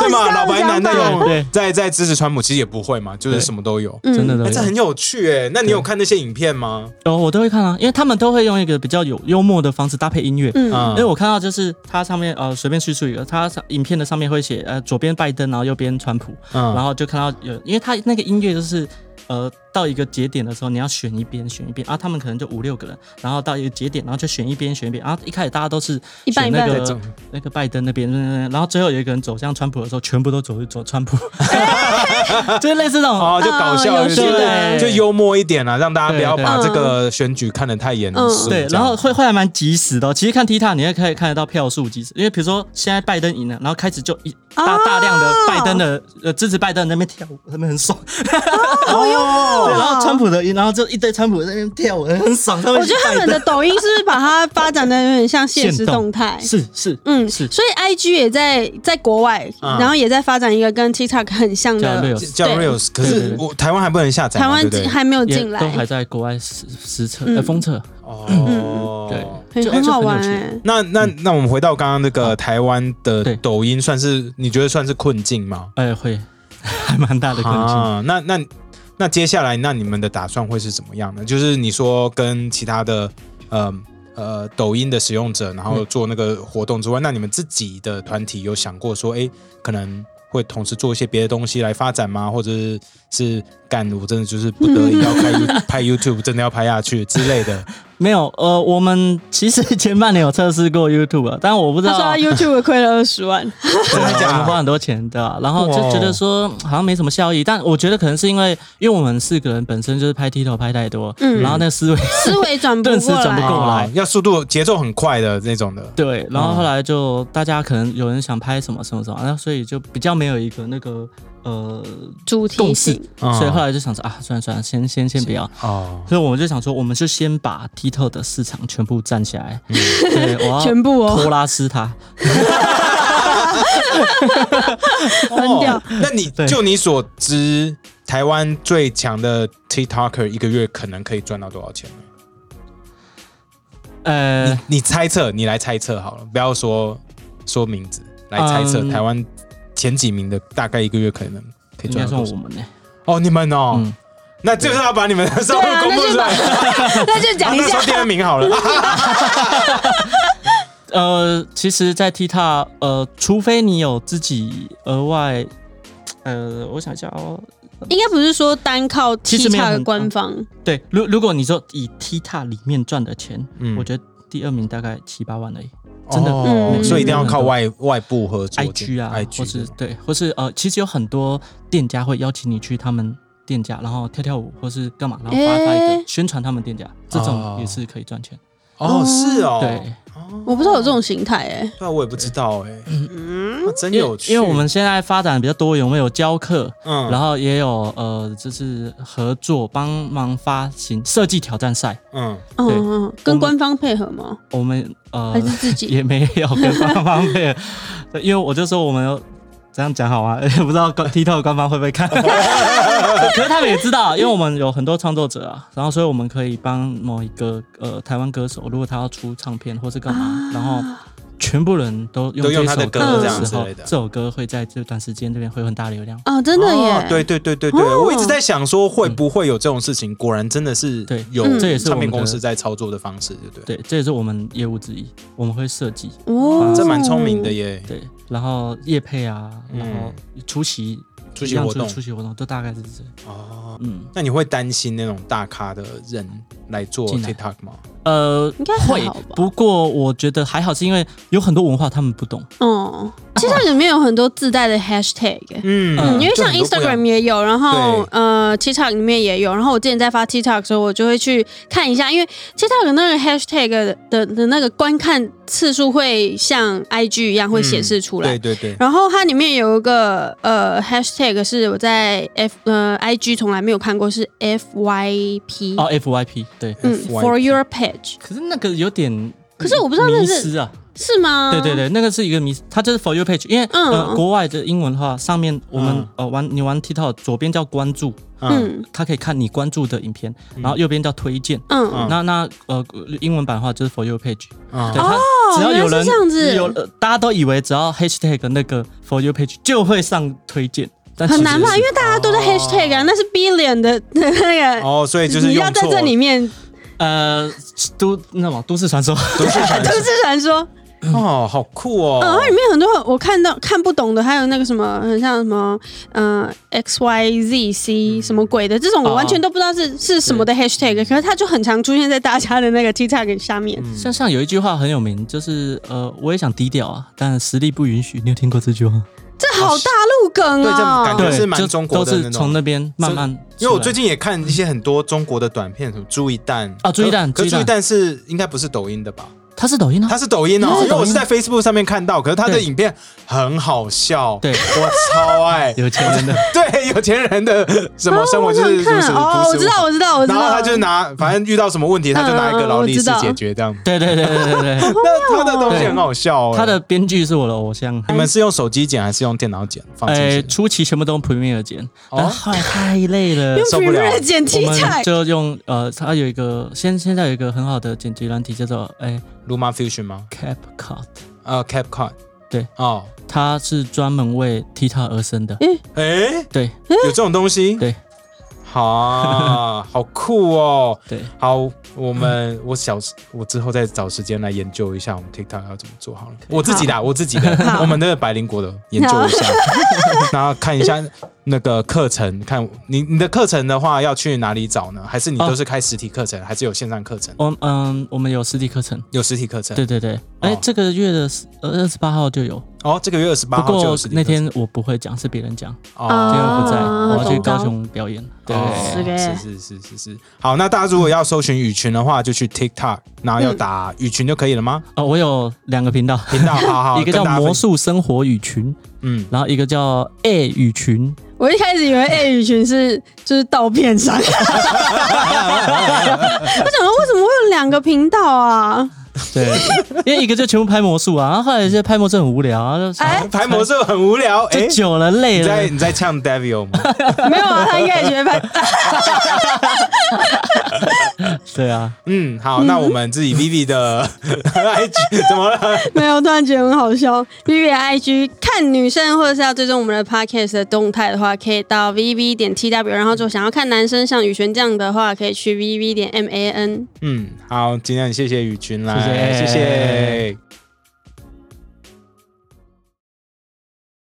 Speaker 1: 对嘛，
Speaker 2: 像
Speaker 1: 老白男在
Speaker 3: 对
Speaker 1: 用
Speaker 3: 对
Speaker 1: 在在支持川普，其实也不会嘛，就是什么都有。
Speaker 2: 嗯
Speaker 3: 真的都
Speaker 1: 哎，这
Speaker 3: 有
Speaker 1: 很有趣哎、那你有看那些影片吗？
Speaker 3: 有，我都会看啊，因为他们都会用一个比较有幽默的方式搭配音乐。
Speaker 2: 嗯
Speaker 1: 啊
Speaker 3: 因为哎我看到就是它上面呃随便叙述一个，它上影片的上面会写呃左边拜登，然后右边川普，
Speaker 1: 嗯
Speaker 3: 然后就看到有，因为它那个音乐就是呃到一个节点的时候你要选一边选一边啊，他们可能就五六个人，然后到一个节点然后就选一边选一边，然后一开始大家都是
Speaker 2: 一半
Speaker 3: 选
Speaker 2: 一
Speaker 3: 那
Speaker 2: 半
Speaker 3: 个那个拜登那边，嗯然后最后有一个人走向川普的时候，全部都走走川普， 就是类似这种。
Speaker 1: 哦，就搞笑，
Speaker 2: 有
Speaker 1: 就
Speaker 2: 趣
Speaker 1: 是
Speaker 2: 的
Speaker 3: 对
Speaker 1: 就幽默一点啊，让大家不要
Speaker 3: 对对
Speaker 1: 把
Speaker 2: 嗯
Speaker 1: 这个选举看得太严肃。
Speaker 2: 嗯
Speaker 3: 对，
Speaker 1: 这
Speaker 3: 然
Speaker 1: 样
Speaker 3: 后会会还蛮及时的哦、其实看 T 塔，你也可以看得到票数及时，因为比如说现在拜登赢了，然后开始就一
Speaker 2: 啊
Speaker 3: 大大量的拜登的呃支持拜登的那边跳舞，他们很爽。
Speaker 2: 啊
Speaker 1: 哦，
Speaker 3: 对，然后川普的赢，然后就一堆川普在那边跳舞，很爽。他们
Speaker 2: 我觉得他们的抖音是不是把它发展的有点像现实
Speaker 3: 限动
Speaker 2: 动态？
Speaker 3: 是是
Speaker 2: 嗯，
Speaker 3: 是
Speaker 2: 所以 I G 也在在国外，
Speaker 1: 嗯
Speaker 2: 然后也在发展一个跟 TikTok 很像
Speaker 3: 叫
Speaker 2: 的，
Speaker 3: Reels，
Speaker 1: 叫
Speaker 2: 对
Speaker 1: reels，可
Speaker 3: 对
Speaker 1: 是
Speaker 3: 对对
Speaker 1: 我台湾还不能下载嘛，
Speaker 2: 台湾
Speaker 1: 对不对
Speaker 2: 还没有
Speaker 3: 也
Speaker 2: 进
Speaker 3: 都还
Speaker 2: 来，
Speaker 3: 在国外实实测
Speaker 2: 嗯
Speaker 3: 呃封测，
Speaker 1: 哦，
Speaker 3: 嗯对
Speaker 2: 很
Speaker 3: 就
Speaker 2: 很好玩
Speaker 3: 就很有趣
Speaker 2: 哎。
Speaker 1: 那那那我们回到刚刚那个台湾的
Speaker 3: 对
Speaker 1: 抖音，算是你觉得算是困境吗？
Speaker 3: 哎会 还蛮大的困境。
Speaker 1: 啊，那那那接下来那你们的打算会是怎么样呢？就是你说跟其他的呃呃抖音的使用者，然后做那个活动之外，那你们自己的团体有想过说，哎，可能会同时做一些别的东西来发展吗？或者是是干，我真的就是不得已要开 You- 拍 YouTube，真的要拍下去之类的。
Speaker 3: 没有呃，我们其实前半年有测试过 YouTube，啊但我不知
Speaker 2: 他
Speaker 3: 道
Speaker 2: 说他 YouTube 亏了二十 万，
Speaker 3: 对
Speaker 1: 真的哦假的
Speaker 3: 我们花很多钱的啊，然后就觉得说嗯好像没什么效益，但我觉得可能是因为因为我们四个人本身就是拍 TikTok 拍太多，
Speaker 2: 嗯
Speaker 3: 然后那个思维
Speaker 2: 思维转不
Speaker 3: 顿时
Speaker 2: 过
Speaker 3: 转不
Speaker 2: 来
Speaker 3: 过。来
Speaker 1: 哦要速度节奏很快的那种的。
Speaker 3: 对，然后后来就大家可能有人想拍什么什么什么，那所以就比较没有一个那个呃
Speaker 2: 主题
Speaker 3: 共识
Speaker 2: 性，
Speaker 1: 嗯
Speaker 3: 所以后来就想说啊，算了算了，先先先不要。
Speaker 1: 哦，
Speaker 3: 所以我们就想说，我们就先把 TikTok 的市场全部占起来，
Speaker 1: 嗯
Speaker 3: 对，我要
Speaker 2: 全部
Speaker 3: 拖
Speaker 2: 哦，
Speaker 3: 拉斯它。
Speaker 2: 很屌
Speaker 1: 哦那你
Speaker 3: 对
Speaker 1: 就你所知，台湾最强的 TikToker 一个月可能可以赚到多少钱呢？
Speaker 3: 呃，
Speaker 1: 你你猜测，你来猜测好了，不要说说名字，来猜测、
Speaker 3: 嗯
Speaker 1: 台湾前几名的大概一个月可能可以
Speaker 3: 应该
Speaker 1: 赚到
Speaker 3: 算
Speaker 1: 多少
Speaker 3: 我？们呢、
Speaker 1: 哦，你们哦，
Speaker 3: 嗯
Speaker 1: 那就是要把你们的收入
Speaker 2: 对啊
Speaker 1: 公布出来。
Speaker 2: 那就讲一
Speaker 1: 啊那
Speaker 2: 下
Speaker 1: 说第二名好了，
Speaker 3: 呃，其实，在 TikTok，呃，除非你有自己额外，呃，我想一下哦，
Speaker 2: 应该不是说单靠
Speaker 3: 其实没有
Speaker 2: TikTok
Speaker 3: 很
Speaker 2: 的官方，
Speaker 3: 对，如如果你说以 TikTok 里面赚的钱，
Speaker 1: 嗯
Speaker 3: 我觉得第二名大概七八万而已。 真的
Speaker 1: 哦
Speaker 2: 嗯
Speaker 1: 所以一定要靠外外部合作
Speaker 3: IG 啊
Speaker 1: ，IG 这
Speaker 3: 或是
Speaker 1: 种
Speaker 3: 对，或是呃，其实有很多店家会邀请你去他们店家，然后跳跳舞或是干嘛，然后发
Speaker 2: 诶
Speaker 3: 发一个宣传他们店家，这
Speaker 1: 哦
Speaker 3: 种也是可以赚钱。
Speaker 1: 哦，是哦，
Speaker 3: 嗯对，
Speaker 1: 哦，
Speaker 2: 我不知道有这种形态哎。
Speaker 1: 对啊，我也不知道哎，
Speaker 2: 嗯，
Speaker 1: 那真
Speaker 3: 因
Speaker 1: 有
Speaker 3: 为
Speaker 1: 趣，
Speaker 3: 因为我们现在发展比较多元，我们有教课，
Speaker 1: 嗯
Speaker 3: 然后也有呃，就是合作帮忙发行设计挑战赛，
Speaker 1: 嗯。
Speaker 2: 嗯
Speaker 3: 对
Speaker 2: 嗯，跟官方配合吗？
Speaker 3: 我们呃
Speaker 2: 还是自己？
Speaker 3: 也没有跟官方配合，对因为我就说我们有这样讲好吗？ 不知道官 TikTok 官方会不 会看，可是他们也知道，因为我们有很多创作者啊，然后所以我们可以帮某一个呃台湾歌手，如果他要出唱片或是干
Speaker 2: 啊
Speaker 3: 嘛，然后全部人都用
Speaker 1: 都用
Speaker 3: 这
Speaker 1: 他的
Speaker 3: 首
Speaker 1: 歌
Speaker 3: 歌
Speaker 2: 这
Speaker 3: 的
Speaker 2: 样
Speaker 3: 时
Speaker 1: 之
Speaker 3: 候
Speaker 1: 类的，
Speaker 3: 这首歌会在这段时间这边会有很大流量。
Speaker 2: 啊，真的
Speaker 1: 哦
Speaker 2: 耶！
Speaker 1: 对对对对对，
Speaker 2: 哦
Speaker 1: 我一直在想说会不会有这种事情，果然真的是
Speaker 3: 嗯对
Speaker 1: 有
Speaker 2: 嗯，
Speaker 1: 这
Speaker 3: 这
Speaker 1: 也
Speaker 3: 也
Speaker 1: 是
Speaker 3: 是
Speaker 1: 唱
Speaker 3: 我
Speaker 1: 片
Speaker 3: 们的
Speaker 1: 公司在操作的方式，对不对？
Speaker 3: 对，这也是我们业务之一，我们会设计，
Speaker 2: 哦
Speaker 3: 哇
Speaker 1: 这蛮聪明的。耶，
Speaker 3: 对，然后业配啊，然后出席
Speaker 1: 嗯出
Speaker 3: 一
Speaker 1: 席
Speaker 3: 样
Speaker 1: 活动
Speaker 3: 出席活动都大概是这样，
Speaker 1: 哦。
Speaker 3: 嗯。
Speaker 1: 那你会担心那种大咖的人来做
Speaker 3: 进来
Speaker 1: TikTok 吗？
Speaker 3: 呃，
Speaker 2: 应该还
Speaker 3: 会
Speaker 2: 好吧，
Speaker 3: 不过我觉得还好，是因为有很多文化他们不懂，
Speaker 2: 嗯有，其实它里面有很多自带的 hashtag，、
Speaker 1: 嗯
Speaker 3: 嗯
Speaker 2: 嗯，因为像
Speaker 1: 就很多不一啊样
Speaker 2: Instagram 也有，然后
Speaker 1: 对
Speaker 2: 呃，TikTok 里面也有，然后我之前在发 TikTok 的时候，我就会去看一下，因为 TikTok 的那个 hashtag 的的的那个观看次数会像 IG 一样会显示出来。
Speaker 1: 嗯对对对，
Speaker 2: 然后它里面有一个呃 hashtag 是我在 F 呃 IG 从来没有看过是 FYP，、
Speaker 3: 哦，FYP 对。
Speaker 2: 嗯
Speaker 1: FYP
Speaker 2: ，for your page
Speaker 3: 可是那个有点，
Speaker 2: 可是我不知道那
Speaker 3: 迷
Speaker 2: 是
Speaker 3: 失啊。
Speaker 2: 是吗？
Speaker 3: 对对对，那个是一个迷思，它就是 for you page，因为、
Speaker 2: 嗯
Speaker 3: 呃国外的英文的话，上面我们、
Speaker 1: 嗯
Speaker 3: 呃玩你玩 TikTok 左边叫关注，
Speaker 1: 嗯
Speaker 2: 嗯
Speaker 3: 它可以看你关注的影片，然后右边叫推荐。
Speaker 1: 哦
Speaker 2: 嗯，
Speaker 3: 那那呃，英文版的话就是 for you page，对
Speaker 1: 嗯，
Speaker 3: 它只要有
Speaker 2: 哦原来
Speaker 3: 人
Speaker 2: 是这样子
Speaker 3: 有、呃大家都以为只要 hashtag 那个 for you page 就会上推荐，但
Speaker 2: 很难吧？
Speaker 3: 吧？
Speaker 2: 因为大家都在 hashtag 啊，那是 billion 的 那个，
Speaker 1: 哦，所以就是
Speaker 2: 你要
Speaker 1: 用
Speaker 2: 在
Speaker 1: 错
Speaker 2: 这里面
Speaker 3: 呃都那什么都市传说，
Speaker 1: 都 是传
Speaker 2: 都
Speaker 1: 说
Speaker 2: 市传说，
Speaker 1: 哦，好酷
Speaker 2: 嗯，
Speaker 1: 哦
Speaker 2: 它，里面很多我看到看不懂的，还有那个什么，很像什么，呃，x y z c
Speaker 1: 嗯
Speaker 2: 什么鬼的，这
Speaker 1: 哦
Speaker 2: 种我完全都不知道是是什么的 hashtag，可是它就很常出现在大家的那个 TikTok 下面。
Speaker 1: 嗯
Speaker 3: 像像有一句话很有名，就是呃我也想低调啊，但实力不允许。你有听过这句话吗？
Speaker 2: 这好大陆梗
Speaker 1: 对这种
Speaker 2: 哦
Speaker 1: 感！觉是蛮中国的
Speaker 3: 都是
Speaker 1: 那种
Speaker 3: 从那边慢慢出来。
Speaker 1: 因为我最近也看一些很多中国的短片，什么朱一蛋
Speaker 3: 啊朱一蛋
Speaker 1: 可可
Speaker 3: 朱
Speaker 1: 朱
Speaker 3: 一
Speaker 1: 一
Speaker 3: 蛋
Speaker 1: 蛋是应该不是抖音的吧？
Speaker 3: 他是 抖音啊，
Speaker 1: 它是抖音
Speaker 3: 它
Speaker 1: 哦，
Speaker 3: 是抖音
Speaker 1: 因为我是在 Facebook 上面看到，可是它的
Speaker 3: 对
Speaker 1: 影片很好笑，
Speaker 3: 对。
Speaker 1: 我超爱
Speaker 3: 有钱人的，
Speaker 1: 对有钱人的什么生活
Speaker 2: 我
Speaker 1: 就
Speaker 2: 想
Speaker 1: 是 什么
Speaker 2: 看
Speaker 1: 什么
Speaker 2: 哦，我知道，我知道，我知
Speaker 1: 然
Speaker 2: 道。
Speaker 1: 后他就拿，反正遇到什么问题，他就
Speaker 3: 嗯
Speaker 1: 拿一个劳力士解决这样。
Speaker 3: 对对对对 对对，
Speaker 1: 那他的东西很好笑哦。
Speaker 3: 他的编剧是我的偶像。
Speaker 1: 你们是用手机剪还是用电脑剪？放进
Speaker 3: 哎，
Speaker 1: 去
Speaker 3: 初期全部都用 Premiere 剪，
Speaker 1: 哦
Speaker 3: 但后来太累了
Speaker 2: 用，
Speaker 1: 受不了
Speaker 2: Premiere 剪
Speaker 3: 我
Speaker 2: TikTok，
Speaker 3: 们就用呃，它有一个现现在有一个很好的剪辑软体叫做哎
Speaker 1: Luma Fusion 吗？
Speaker 3: CapCut，
Speaker 1: 呃，CapCut。
Speaker 3: 对，
Speaker 1: 哦，
Speaker 3: 它是专门为 TikTok 而生的。
Speaker 1: 哎，
Speaker 3: 对
Speaker 1: 有这种东西？
Speaker 3: 对
Speaker 1: 好啊，好酷哦。
Speaker 3: 对，
Speaker 1: 好，我们我小我之后再找时间来研究一下我们 TikTok 要怎么做好了。我自己的啊，我自己的，
Speaker 2: 好
Speaker 1: 我们的百灵国的研究一下， 然后看一下那个课程。看你你的课程的话，要去哪里找呢？还是你
Speaker 3: 哦
Speaker 1: 都是开实体课程，还是有线上课程？
Speaker 3: 我嗯，我们有实体课程。
Speaker 1: 有实体课程？
Speaker 3: 对对对，哎
Speaker 1: 哦，
Speaker 3: 这个月的呃二十八号就有，
Speaker 1: 哦，这个月二十八
Speaker 3: 不
Speaker 1: 号就有
Speaker 3: 过
Speaker 1: 实体
Speaker 3: 那
Speaker 1: 课程
Speaker 3: 天我不会讲，是别人讲，
Speaker 1: 哦
Speaker 2: 啊
Speaker 3: 今天我不在，
Speaker 2: 啊
Speaker 3: 我要去
Speaker 2: 懂
Speaker 3: 高
Speaker 2: 懂
Speaker 3: 雄表演。对，
Speaker 1: 哦
Speaker 2: 是呗
Speaker 1: 是是是是是。好，那大家如果要搜寻雨群的话，就去 TikTok，然后要打雨群就可以了吗？
Speaker 3: 哦，我有两个频道，
Speaker 1: 频道好好，
Speaker 3: 一个
Speaker 1: 跟
Speaker 3: 叫
Speaker 1: 大家分
Speaker 3: 魔，术生活语群，
Speaker 1: 嗯，
Speaker 3: 然后一个叫爱语群，
Speaker 2: 我一开始以为 A 语群是就是盗片 商，我想说为什么会有两个频道啊？
Speaker 3: 对， 因为一个就全部拍魔术啊，然后后来就拍魔术很无聊，然啊后就想
Speaker 2: 哎
Speaker 1: 排魔术很无聊，哎
Speaker 3: 就，久了累
Speaker 1: 你在
Speaker 3: 了，
Speaker 1: 你在呛 Devil 吗？
Speaker 2: 没有啊，他应该也觉得拍
Speaker 3: 对啊，
Speaker 1: 嗯，好，那我们自己 Vivi 的 IG 怎么了？
Speaker 2: 没有，突然觉得很好笑。Vivi 的 IG 看女生或者是要追踪我们的 podcast 的动态的话，可以到 vv 点 tw，然后就想要看男生像宇轩这样的话，可以去 vv 点 man。
Speaker 1: 嗯，好，今天很谢谢雨群
Speaker 3: 谢
Speaker 1: 来，
Speaker 3: 谢
Speaker 1: 谢谢